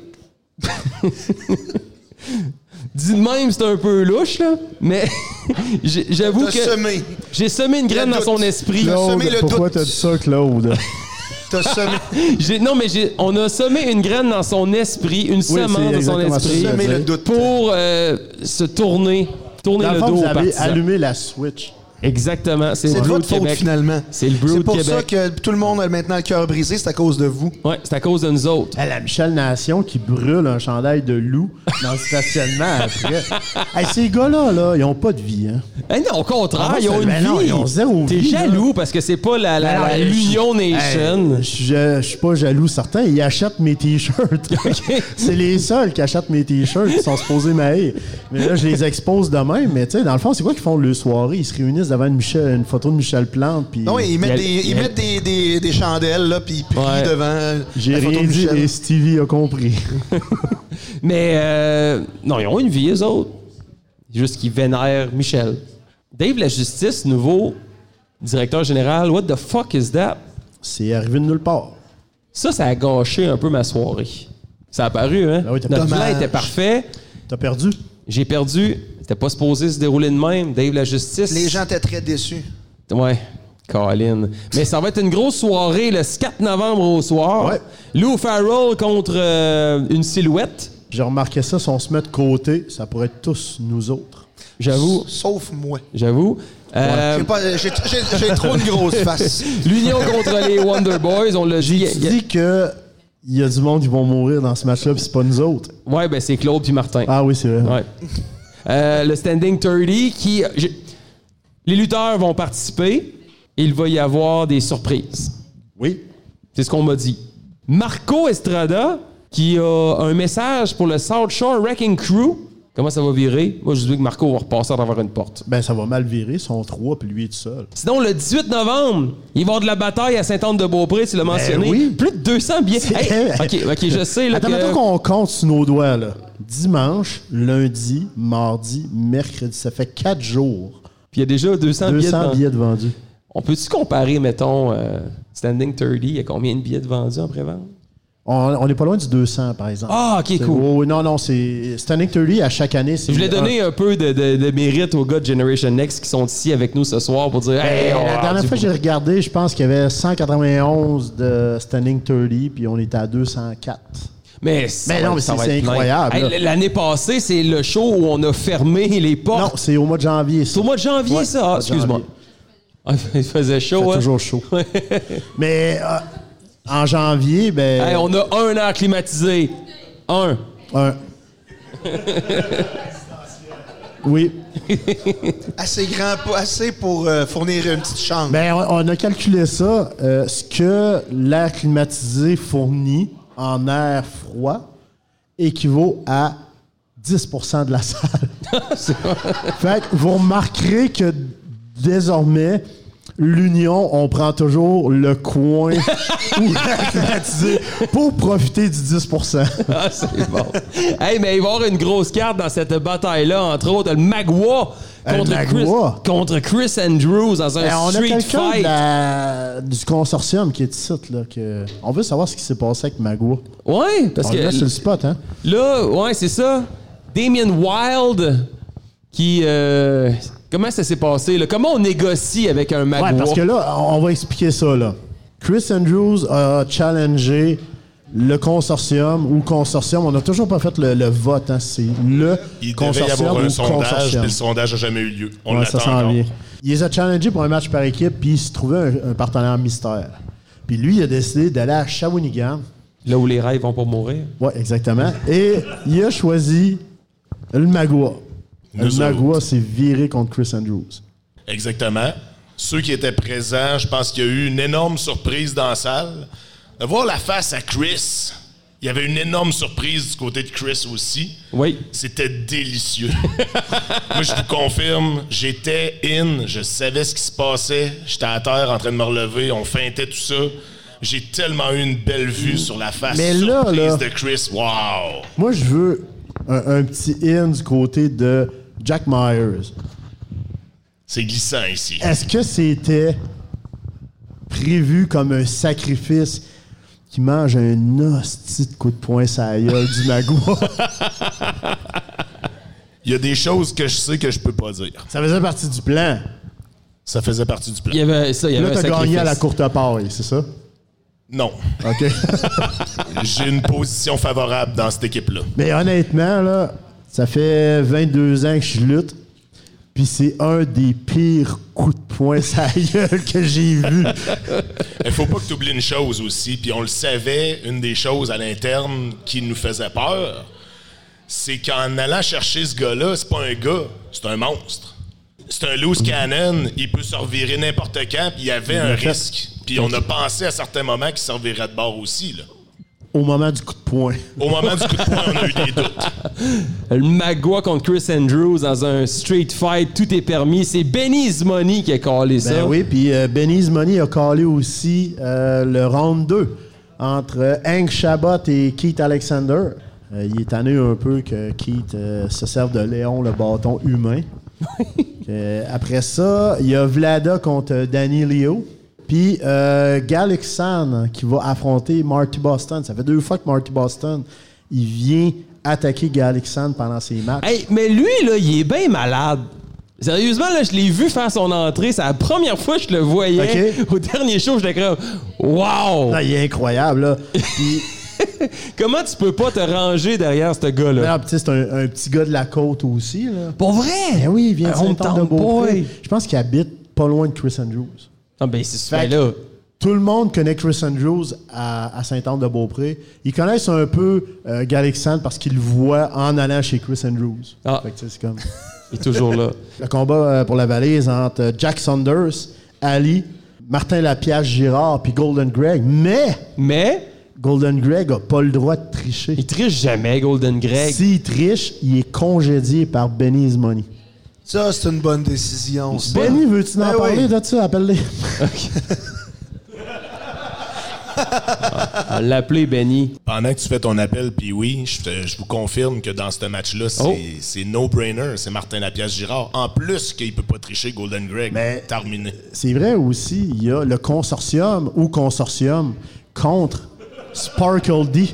Speaker 1: Dit de même, c'est un peu louche, là, mais j'ai- j'avoue
Speaker 2: T'as
Speaker 1: que
Speaker 2: semé.
Speaker 1: j'ai semé une graine
Speaker 2: Le
Speaker 1: dans
Speaker 2: doute.
Speaker 1: son esprit.
Speaker 2: Le-
Speaker 3: Claude,
Speaker 2: semé le
Speaker 3: pourquoi
Speaker 2: doute.
Speaker 3: t'as dit ça, Claude?
Speaker 2: T'as semé,
Speaker 1: J'ai- non, mais j'ai- on a semé une graine dans son esprit, une semence
Speaker 3: c'est
Speaker 1: dans son
Speaker 3: exactement ça.
Speaker 1: esprit
Speaker 2: semé le
Speaker 3: dire.
Speaker 2: doute.
Speaker 1: pour euh, se tourner, tourner
Speaker 3: Dans
Speaker 1: le
Speaker 3: le fond,
Speaker 1: dos
Speaker 3: vous
Speaker 1: aux
Speaker 3: avez
Speaker 1: partisans.
Speaker 3: allumé la switch.
Speaker 1: Exactement, c'est
Speaker 2: C'est
Speaker 1: le
Speaker 2: de
Speaker 1: Brew
Speaker 2: votre
Speaker 1: de
Speaker 2: faute,
Speaker 1: Québec.
Speaker 2: finalement.
Speaker 1: C'est le Brew
Speaker 2: C'est
Speaker 1: de
Speaker 2: pour
Speaker 1: Québec.
Speaker 2: ça que tout le monde a maintenant le cœur brisé, c'est à cause de vous.
Speaker 1: Ouais, c'est à cause de nous autres.
Speaker 3: À la Michel Nation qui brûle un chandail de loup dans le stationnement après. Hey, ces gars-là, là, ils ont pas de vie. Hein.
Speaker 1: Eh non, au contraire,
Speaker 3: Ah,
Speaker 1: ils ont
Speaker 3: c'est-
Speaker 1: une
Speaker 3: ben
Speaker 1: vie.
Speaker 3: non, ils ont zéro
Speaker 1: T'es
Speaker 3: vie, là.
Speaker 1: jaloux parce que c'est pas la, la,
Speaker 3: Ben non,
Speaker 1: la-
Speaker 3: je-
Speaker 1: l'Union Nation.
Speaker 3: Hey, Je je suis pas jaloux, certains. Ils achètent mes t-shirts. C'est les seuls qui achètent mes t-shirts qui sont supposés m'haïr. Mais là, je les expose de même. Mais tu sais, dans le fond, c'est quoi qu'ils font le soirée? Ils se réunissent devant une, Michel- une photo de Michel Plante. puis
Speaker 2: Non, ils
Speaker 1: Il y a-
Speaker 2: mettent, des,
Speaker 1: il y
Speaker 2: ils
Speaker 1: a-
Speaker 2: mettent des, des, des chandelles, là, puis ils prient
Speaker 1: Ouais.
Speaker 2: devant euh,
Speaker 3: J'ai
Speaker 2: la photo
Speaker 3: rien
Speaker 2: de
Speaker 3: dit
Speaker 2: Michel.
Speaker 3: et Stevie a compris.
Speaker 1: Mais euh, non, ils ont une vie, eux autres. Juste qu'ils vénèrent Michel. Dave La Justice, nouveau directeur général, what the fuck is that?
Speaker 3: C'est arrivé de nulle part.
Speaker 1: Ça, ça a gâché un peu ma soirée. Ça a paru, hein?
Speaker 3: Ah oui, t'as
Speaker 1: Notre plan
Speaker 2: dommage.
Speaker 1: était parfait.
Speaker 3: T'as perdu?
Speaker 1: J'ai perdu. C'était pas supposé se dérouler de même. Dave La Justice.
Speaker 2: Les gens étaient très déçus.
Speaker 1: Ouais. Colin. Mais ça va être une grosse soirée le 4 novembre au soir.
Speaker 3: Ouais.
Speaker 1: Lou Farrell contre euh, une silhouette.
Speaker 3: J'ai remarqué ça, si on se met de côté, ça pourrait être tous nous autres.
Speaker 1: J'avoue.
Speaker 2: Sauf moi.
Speaker 1: J'avoue. Euh,
Speaker 2: J'ai pas- J'ai j'ai- j'ai trop une grosse face.
Speaker 1: L'union contre les Wonder Boys, on l'a dit.
Speaker 3: Tu dis que il y a du monde qui vont mourir dans ce match-là, puis c'est pas nous autres.
Speaker 1: Ouais, ben c'est Claude puis Martin.
Speaker 3: Ah oui, c'est vrai.
Speaker 1: Ouais. Euh, le Standing 30 qui. j'ai- Les lutteurs vont participer. Il va y avoir des surprises.
Speaker 3: Oui.
Speaker 1: C'est ce qu'on m'a dit. Marco Estrada, qui a un message pour le South Shore Wrecking Crew. Comment ça va virer? Moi, je dis que Marco va repasser à travers une porte.
Speaker 3: Ben, ça va mal virer. Ils sont trois, puis lui est tout seul.
Speaker 1: Sinon, le 18 novembre, il va y avoir de la bataille à Saint-Anne-de-Beaupré, tu l'as mentionné.
Speaker 3: Ben oui.
Speaker 1: Plus de 200 billets.
Speaker 3: C'est-
Speaker 1: Hey, OK, OK, je sais. Là,
Speaker 3: Attends,
Speaker 1: que-
Speaker 3: mettons qu'on compte sur nos doigts, là. Dimanche, lundi, mardi, mercredi. Ça fait quatre jours.
Speaker 1: Puis il y a déjà 200, billets.
Speaker 3: 200
Speaker 1: dans-
Speaker 3: billets de vendus.
Speaker 1: On peut-tu comparer, mettons, euh, Standing 30, il y a combien de billets de vendus en pré-vente?
Speaker 3: On, on est pas loin du 200, par exemple.
Speaker 1: Ah, ok,
Speaker 3: C'est-
Speaker 1: cool.
Speaker 3: Oh, oui, non, non, c'est... Stanley 30, à chaque année, c'est...
Speaker 1: Je voulais
Speaker 3: un-
Speaker 1: donner un peu de, de- de mérite aux gars de Generation Next qui sont ici avec nous ce soir pour dire Hey,
Speaker 3: Ben,
Speaker 1: on
Speaker 3: la
Speaker 1: a
Speaker 3: dernière
Speaker 1: Ah, du
Speaker 3: fois que j'ai regardé, je pense qu'il y avait 191 de Standing 30, puis on était à 204.
Speaker 1: Mais, ça
Speaker 3: Mais
Speaker 1: va-
Speaker 3: non, mais
Speaker 1: ça
Speaker 3: c'est-
Speaker 1: va être
Speaker 3: c'est
Speaker 1: plein.
Speaker 3: incroyable,
Speaker 1: Hey,
Speaker 3: là.
Speaker 1: l- L'année passée, c'est le show où on a fermé les
Speaker 3: Non,
Speaker 1: portes.
Speaker 3: c'est au mois de janvier.
Speaker 1: Oh!
Speaker 3: ça.
Speaker 1: C'est au mois de janvier,
Speaker 3: Ouais,
Speaker 1: ça. Ah,
Speaker 3: mois de
Speaker 1: excuse-moi.
Speaker 3: janvier.
Speaker 1: Ah, Il faisait
Speaker 3: Fait
Speaker 1: chaud, hein?
Speaker 3: toujours chaud. Mais euh, en janvier, ben.
Speaker 1: Hey, on a un an climatisé. Un.
Speaker 3: un- oui.
Speaker 2: Assez grand, pas assez pour euh, fournir une petite chambre.
Speaker 3: Ben, on, on a calculé ça. euh, ce que l'air climatisé fournit en air froid équivaut à 10 de la salle. fait que vous remarquerez que désormais, l'Union, on prend toujours le coin où l'air climatisé pour profiter du 10
Speaker 1: Ah, c'est bon. hey, mais il va y avoir une grosse carte dans cette bataille-là, entre autres, le Magua
Speaker 3: Euh,
Speaker 1: contre,
Speaker 3: Magua.
Speaker 1: Chris, contre Chris Andrews dans un
Speaker 3: Ben, on a
Speaker 1: street
Speaker 3: quelqu'un de
Speaker 1: fight.
Speaker 3: la- du consortium qui est ici. Là, que... On veut savoir ce qui s'est passé avec Magua.
Speaker 1: Ouais, parce
Speaker 3: On
Speaker 1: que
Speaker 3: est sur le spot, hein?
Speaker 1: Là, ouais, c'est ça. Damien Wild qui. euh, comment ça s'est passé? Là? Comment on négocie avec un Magua?
Speaker 3: Ouais, parce que là, on va expliquer ça, là. Chris Andrews a challengé le consortium ou consortium. On n'a toujours pas fait le, le vote, hein. C'est le
Speaker 7: Il devait y
Speaker 3: consortium
Speaker 7: avoir
Speaker 3: ou
Speaker 7: un sondage, mais
Speaker 3: consortium.
Speaker 7: le sondage n'a jamais eu lieu. On
Speaker 3: Ouais, ça
Speaker 7: l'attend
Speaker 3: s'en
Speaker 7: encore.
Speaker 3: vient. Il les a challengés pour un match par équipe, puis il se trouvait un, un partenaire mystère. Puis lui, il a décidé d'aller à Shawinigan.
Speaker 1: Là où les rêves vont pour mourir.
Speaker 3: Ouais, exactement. Et il a choisi le Magua.
Speaker 7: Nous
Speaker 3: le Magua s'est viré contre Chris Andrews.
Speaker 7: Exactement. Ceux qui étaient présents, je pense qu'il y a eu une énorme surprise dans la salle. De voir la face à Chris, il y avait une énorme surprise du côté de Chris aussi.
Speaker 1: Oui.
Speaker 7: C'était délicieux. Moi, je vous confirme, j'étais in, je savais ce qui se passait. J'étais à terre en train de me relever, on feintait tout ça. J'ai tellement eu une belle vue sur la face
Speaker 3: Mais là,
Speaker 7: surprise
Speaker 3: là-
Speaker 7: de Chris. Wow!
Speaker 3: Moi, je veux un, un petit in du côté de Jack Myers.
Speaker 7: C'est glissant ici.
Speaker 3: Est-ce que c'était prévu comme un sacrifice qui mange un hostie de coup de poing sur la gueule du magou?
Speaker 7: il y a des choses que je sais que je peux pas dire.
Speaker 3: Ça faisait partie du plan.
Speaker 7: Ça faisait partie du plan.
Speaker 1: Il y avait ça, il y
Speaker 3: Là,
Speaker 1: avait un
Speaker 3: t'as gagné
Speaker 1: sacrifice.
Speaker 3: à la courte paille, c'est ça?
Speaker 7: Non.
Speaker 3: OK.
Speaker 7: J'ai une position favorable dans cette équipe-là.
Speaker 3: Mais honnêtement, là, ça fait 22 ans que je lutte. Puis c'est un des pires coups de poing sa gueule que j'ai vu.
Speaker 7: Il faut pas que tu oublies une chose aussi, puis on le savait, une des choses à l'interne qui nous faisait peur, c'est qu'en allant chercher ce gars-là, c'est pas un gars, c'est un monstre. C'est un loose cannon, il peut se revirer n'importe quand, puis il y avait un risque. Puis on a pensé à certains moments qu'il se revirait de bord aussi. là.
Speaker 3: Au moment du coup de poing.
Speaker 7: Au moment du coup de poing, on a eu des doutes.
Speaker 1: Le Magua contre Chris Andrews dans un street fight, tout est permis. C'est Benny Money qui a callé ça.
Speaker 3: Ben oui, puis euh, Benny's Money a collé aussi euh, le round 2 entre euh, Hank Chabot et Keith Alexander. Euh, il est tanné un peu que Keith euh, se serve de Léon, le bâton humain. Euh, après ça, il y a Vlada contre euh, Danny Leo. Puis euh, Galexan qui va affronter Marty Boston. Ça fait deux fois que Marty Boston, il vient attaquer Galexan pendant ses matchs.
Speaker 1: Hey, mais lui, là, il est bien malade. Sérieusement, là, je l'ai vu faire son entrée. C'est la première fois que je le voyais.
Speaker 3: Ok.
Speaker 1: Au dernier show, j'étais comme « Wow!
Speaker 3: Ah, il est incroyable, là. Puis- »
Speaker 1: Comment tu peux pas te ranger derrière ce gars-là?
Speaker 3: Ah, puis tu sais, c'est un, un petit gars de la côte aussi. Là.
Speaker 1: Pour vrai?
Speaker 3: Ben oui, il vient de
Speaker 1: Euh, On
Speaker 3: Saint-Anne de
Speaker 1: tombe
Speaker 3: Beaupré. Je pense qu'il habite pas loin de Chris Andrews.
Speaker 1: Ah ben, c'est ce
Speaker 3: Fait que
Speaker 1: fait-là.
Speaker 3: Tout le monde connaît Chris Andrews à, à Saint-Anne-de-Beaupré. Ils connaissent un peu euh, Galexandre parce qu'ils le voient en allant chez Chris Andrews.
Speaker 1: Ah.
Speaker 3: Fait que tu sais, c'est comme...
Speaker 1: Il est toujours là.
Speaker 3: Le combat euh, pour la valise entre euh, Jack Saunders, Ali, Martin Lapiage Girard puis Golden Greg. Mais
Speaker 1: Mais,
Speaker 3: Golden Greg a pas le droit de tricher.
Speaker 1: il triche jamais, Golden Greg.
Speaker 3: S'il triche, il est congédié par Benny's Money.
Speaker 2: Ça, c'est une bonne décision. ça.
Speaker 3: Benny, veux-tu en
Speaker 1: Eh
Speaker 2: Ben oui.
Speaker 3: parler de ça? Appelle-les.
Speaker 1: On l'a appelé Ah, Benny.
Speaker 7: Pendant que tu fais ton appel, puis oui, je, te- je vous confirme que dans ce match-là, c'est
Speaker 1: Oh.
Speaker 7: c'est no-brainer, c'est Martin Lapiage-Girard. En plus qu'il peut pas tricher Golden Greg. Terminé.
Speaker 3: C'est vrai aussi, il y a le consortium ou consortium contre Sparkle D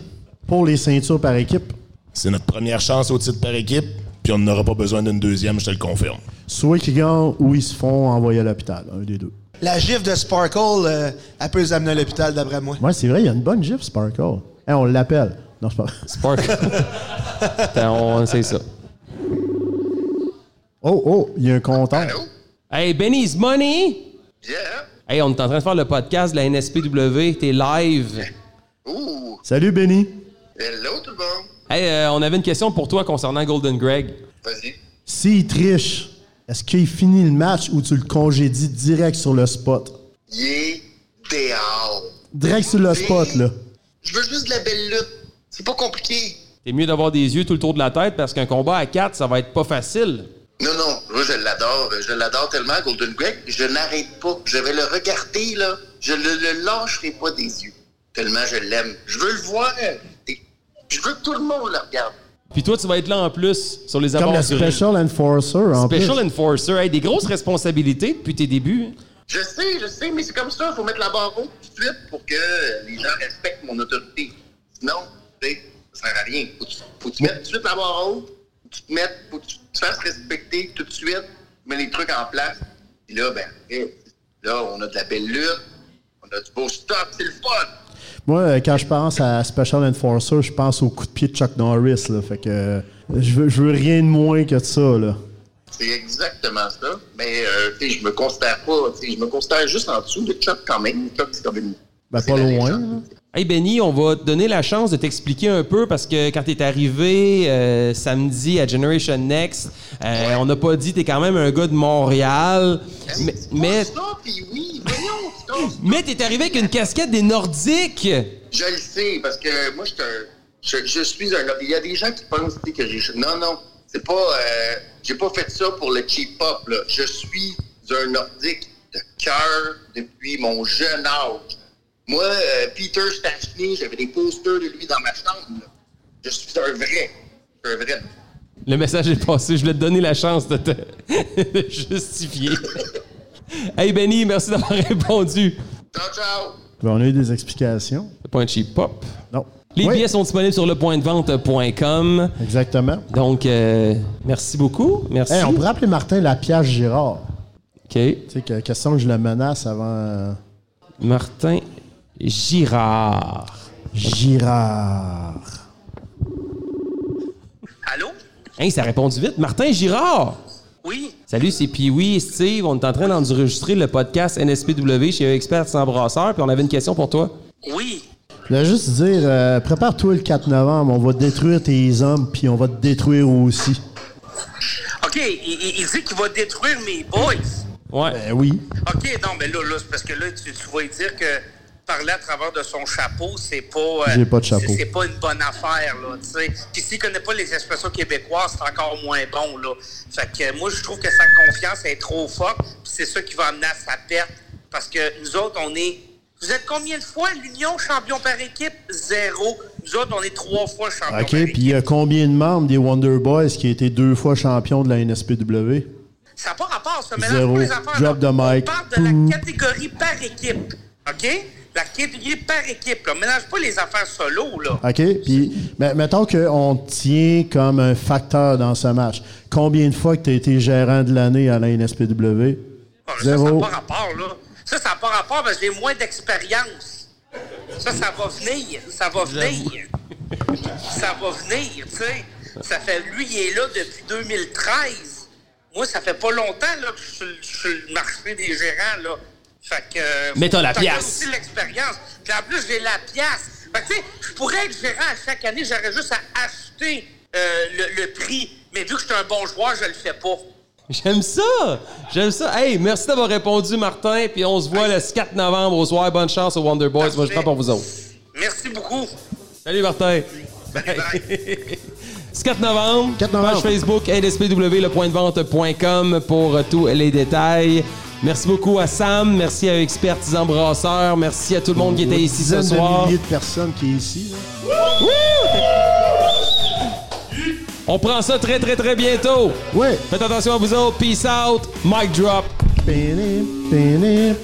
Speaker 3: pour les ceintures par équipe.
Speaker 7: C'est notre première chance au titre par équipe, puis on n'aura pas besoin d'une deuxième, je te le confirme.
Speaker 3: Soit qu'ils gagnent ou ils se font envoyer à l'hôpital, un des deux.
Speaker 2: La gifle de Sparkle, euh, elle peut les amener à l'hôpital, d'après moi.
Speaker 3: Ouais, c'est vrai, il y a une bonne gifle, Sparkle. Hein, on l'appelle. Non, c'est pas vrai.
Speaker 1: Spark. Attends, on sait ça.
Speaker 3: Oh, oh, il y a un compteur.
Speaker 6: Allô?
Speaker 1: Hey, Benny's Money!
Speaker 6: Yeah?
Speaker 1: Hey, on est en train de faire le podcast de la NSPW. T'es live.
Speaker 6: Ouh!
Speaker 3: Salut, Benny.
Speaker 6: Hello tout le monde!
Speaker 1: Hey, euh, on avait une question pour toi concernant Golden Greg.
Speaker 6: Vas-y.
Speaker 3: S'il triche, est-ce qu'il finit le match ou tu le congédies direct sur le spot?
Speaker 6: Il est dehors.
Speaker 3: Direct sur le spot, là.
Speaker 6: Je veux juste de la belle lutte. C'est pas compliqué.
Speaker 1: C'est mieux d'avoir des yeux tout le tour de la tête parce qu'un combat à 4, ça va être pas facile.
Speaker 6: Non, non, moi je l'adore. euh, Je l'adore tellement, Golden Greg. Je n'arrête pas. Je vais le regarder, là. Je le, le lâcherai pas des yeux. Tellement je l'aime. Je veux le voir. Et Je veux que tout le monde le regarde.
Speaker 1: Puis toi, tu vas être là en plus sur les
Speaker 3: Comme
Speaker 1: abords
Speaker 3: la
Speaker 1: du
Speaker 3: Special Enforcer, en
Speaker 1: ring.
Speaker 3: plus.
Speaker 1: Special Enforcer. Hey, des grosses responsabilités depuis tes débuts.
Speaker 6: Je sais, je sais, mais c'est comme ça. Faut mettre la barre haute tout de suite pour que les gens respectent mon autorité. Sinon, tu sais, ça sert à rien. Faut que tu, faut que tu mettes tout de suite la barre haute. Faut que tu te mettes, faut que tu te fasses respecter tout de suite. Tu mets les trucs en place. Puis là, ben, après, là, on a de la belle lutte. On a du beau stop. C'est le fun.
Speaker 3: Moi, euh, quand je pense à Special Enforcer, je pense au coup de pied de Chuck Norris. Là, fait que euh, je veux, je veux rien de moins que de ça. Là.
Speaker 6: C'est exactement ça. Mais euh, tu sais, je me considère pas. tu sais, Je me considère juste en dessous de Chuck quand même. Chuck, c'est comme une.
Speaker 3: Ben,
Speaker 6: c'est
Speaker 3: pas
Speaker 6: la
Speaker 3: loin.
Speaker 6: légende.
Speaker 3: là.
Speaker 1: Hey Benny, on va te donner la chance de t'expliquer un peu parce que quand t'es arrivé euh, samedi à Generation Next, euh, on n'a pas dit t'es quand même un gars de Montréal. Mais, mais,
Speaker 6: C'est pas ça, puis oui, voyons, c'est pas ça.
Speaker 1: mais t'es arrivé avec une casquette des Nordiques!
Speaker 6: Je le sais, parce que moi, je suis un- je, je suis un. Il y a des gens qui pensent tu sais, que j'ai. Non, non, c'est pas. euh, j'ai pas fait ça pour le cheap pop, là. Je suis un nordique de cœur depuis mon jeune âge. Moi, euh, Peter Stachny, j'avais des posters de lui dans ma chambre. là. Je suis un vrai. Un vrai.
Speaker 1: Le message est passé. Je voulais te donner la chance de te de justifier. hey Benny, merci d'avoir répondu.
Speaker 6: Ciao, ciao!
Speaker 3: Ben, on a eu des explications.
Speaker 1: C'est pas un cheap pop.
Speaker 3: Non.
Speaker 1: Les
Speaker 3: Oui.
Speaker 1: billets sont disponibles sur lepointdevente.com.
Speaker 3: Exactement.
Speaker 1: Donc, euh, merci beaucoup. Merci.
Speaker 3: Hey, on pourrait appeler Martin Lapiage Girard.
Speaker 1: OK.
Speaker 3: Tu sais, que, question que je le menace avant. euh,
Speaker 1: Martin Girard.
Speaker 3: Girard.
Speaker 6: Allô?
Speaker 1: Hein, ça répond vite. Martin Girard!
Speaker 6: Oui?
Speaker 1: Salut, c'est Pee-Wee et Steve. On est en train d'enregistrer le podcast NSPW chez Expert sans brasseur, puis on avait une question pour toi.
Speaker 6: Oui?
Speaker 3: Je voulais juste dire, euh, prépare-toi le 4 novembre, on va détruire tes hommes, puis on va te détruire aussi.
Speaker 6: OK, il, il- il dit qu'il va détruire mes boys.
Speaker 1: Ouais.
Speaker 3: Ben oui.
Speaker 6: OK, non, mais là, là c'est parce que là, tu, tu vas lui dire que parler à travers de son chapeau, c'est pas. euh,
Speaker 3: J'ai pas de chapeau.
Speaker 6: c'est- C'est pas une bonne affaire, là, tu sais. Puis s'il connaît pas les expressions québécoises, c'est encore moins bon, là. Fait que euh, moi, je trouve que sa confiance est trop forte, puis c'est ça qui va amener à sa perte. Parce que nous autres, on est. Vous êtes combien de fois l'Union champion par équipe? Zéro. Nous autres, on est trois fois champion
Speaker 3: OK,
Speaker 6: par
Speaker 3: puis
Speaker 6: équipe.
Speaker 3: il y a combien de membres des Wonder Boys qui a été deux fois champion de la NSPW?
Speaker 6: Ça n'a pas rapport, ça
Speaker 3: Zéro.
Speaker 6: mélange pas les affaires.
Speaker 3: Drop
Speaker 6: là.
Speaker 3: the mic.
Speaker 6: On parle de
Speaker 3: Poum.
Speaker 6: la catégorie par équipe. OK? La catégorie par équipe. Là. Mélange pas les affaires solo. Là.
Speaker 3: OK? Puis, mais- mettons qu'on tient comme un facteur dans ce match. Combien de fois que tu as été gérant de l'année à la NSPW?
Speaker 6: Bon, Ah, Ça, ça
Speaker 3: Zéro.
Speaker 6: n'a pas rapport. Là. Ça, ça n'a pas rapport parce que j'ai moins d'expérience. Ça, ça va venir. Ça va venir. ça va venir, tu sais. Ça fait, lui, il est là depuis 2013. Moi, ça fait pas longtemps là, que je suis sur le- je suis sur le marché des gérants, là. Fait que... euh,
Speaker 1: Mais t'as la
Speaker 6: ça fait
Speaker 1: pièce.
Speaker 6: aussi l'expérience. Puis en plus, j'ai la pièce. Fait que, tu sais, je pourrais être gérant à chaque année. J'aurais juste à acheter euh, le, le prix. Mais vu que je suis un bon joueur, je le fais pas.
Speaker 1: J'aime ça! J'aime ça! Hey, merci d'avoir répondu, Martin, puis on se voit le 4 novembre au soir. Bonne chance aux Wonder Boys. Moi, je prends pour vous autres.
Speaker 6: Merci beaucoup.
Speaker 1: Salut, Martin!
Speaker 6: bye.
Speaker 1: 4 novembre,
Speaker 3: 4
Speaker 1: page
Speaker 3: novembre.
Speaker 1: Facebook LSPW, lepointdevente.com pour euh, tous les détails. Merci beaucoup à Sam, merci à Expertisan Brasseur, merci à tout le monde qui était ici ce
Speaker 3: Dizaines de
Speaker 1: soir.
Speaker 3: milliers de personnes qui est ici. là.
Speaker 1: On prend ça très très très bientôt.
Speaker 3: Ouais.
Speaker 1: Faites attention à vous autres. Peace out. Mic drop.
Speaker 3: Pénip, pénip.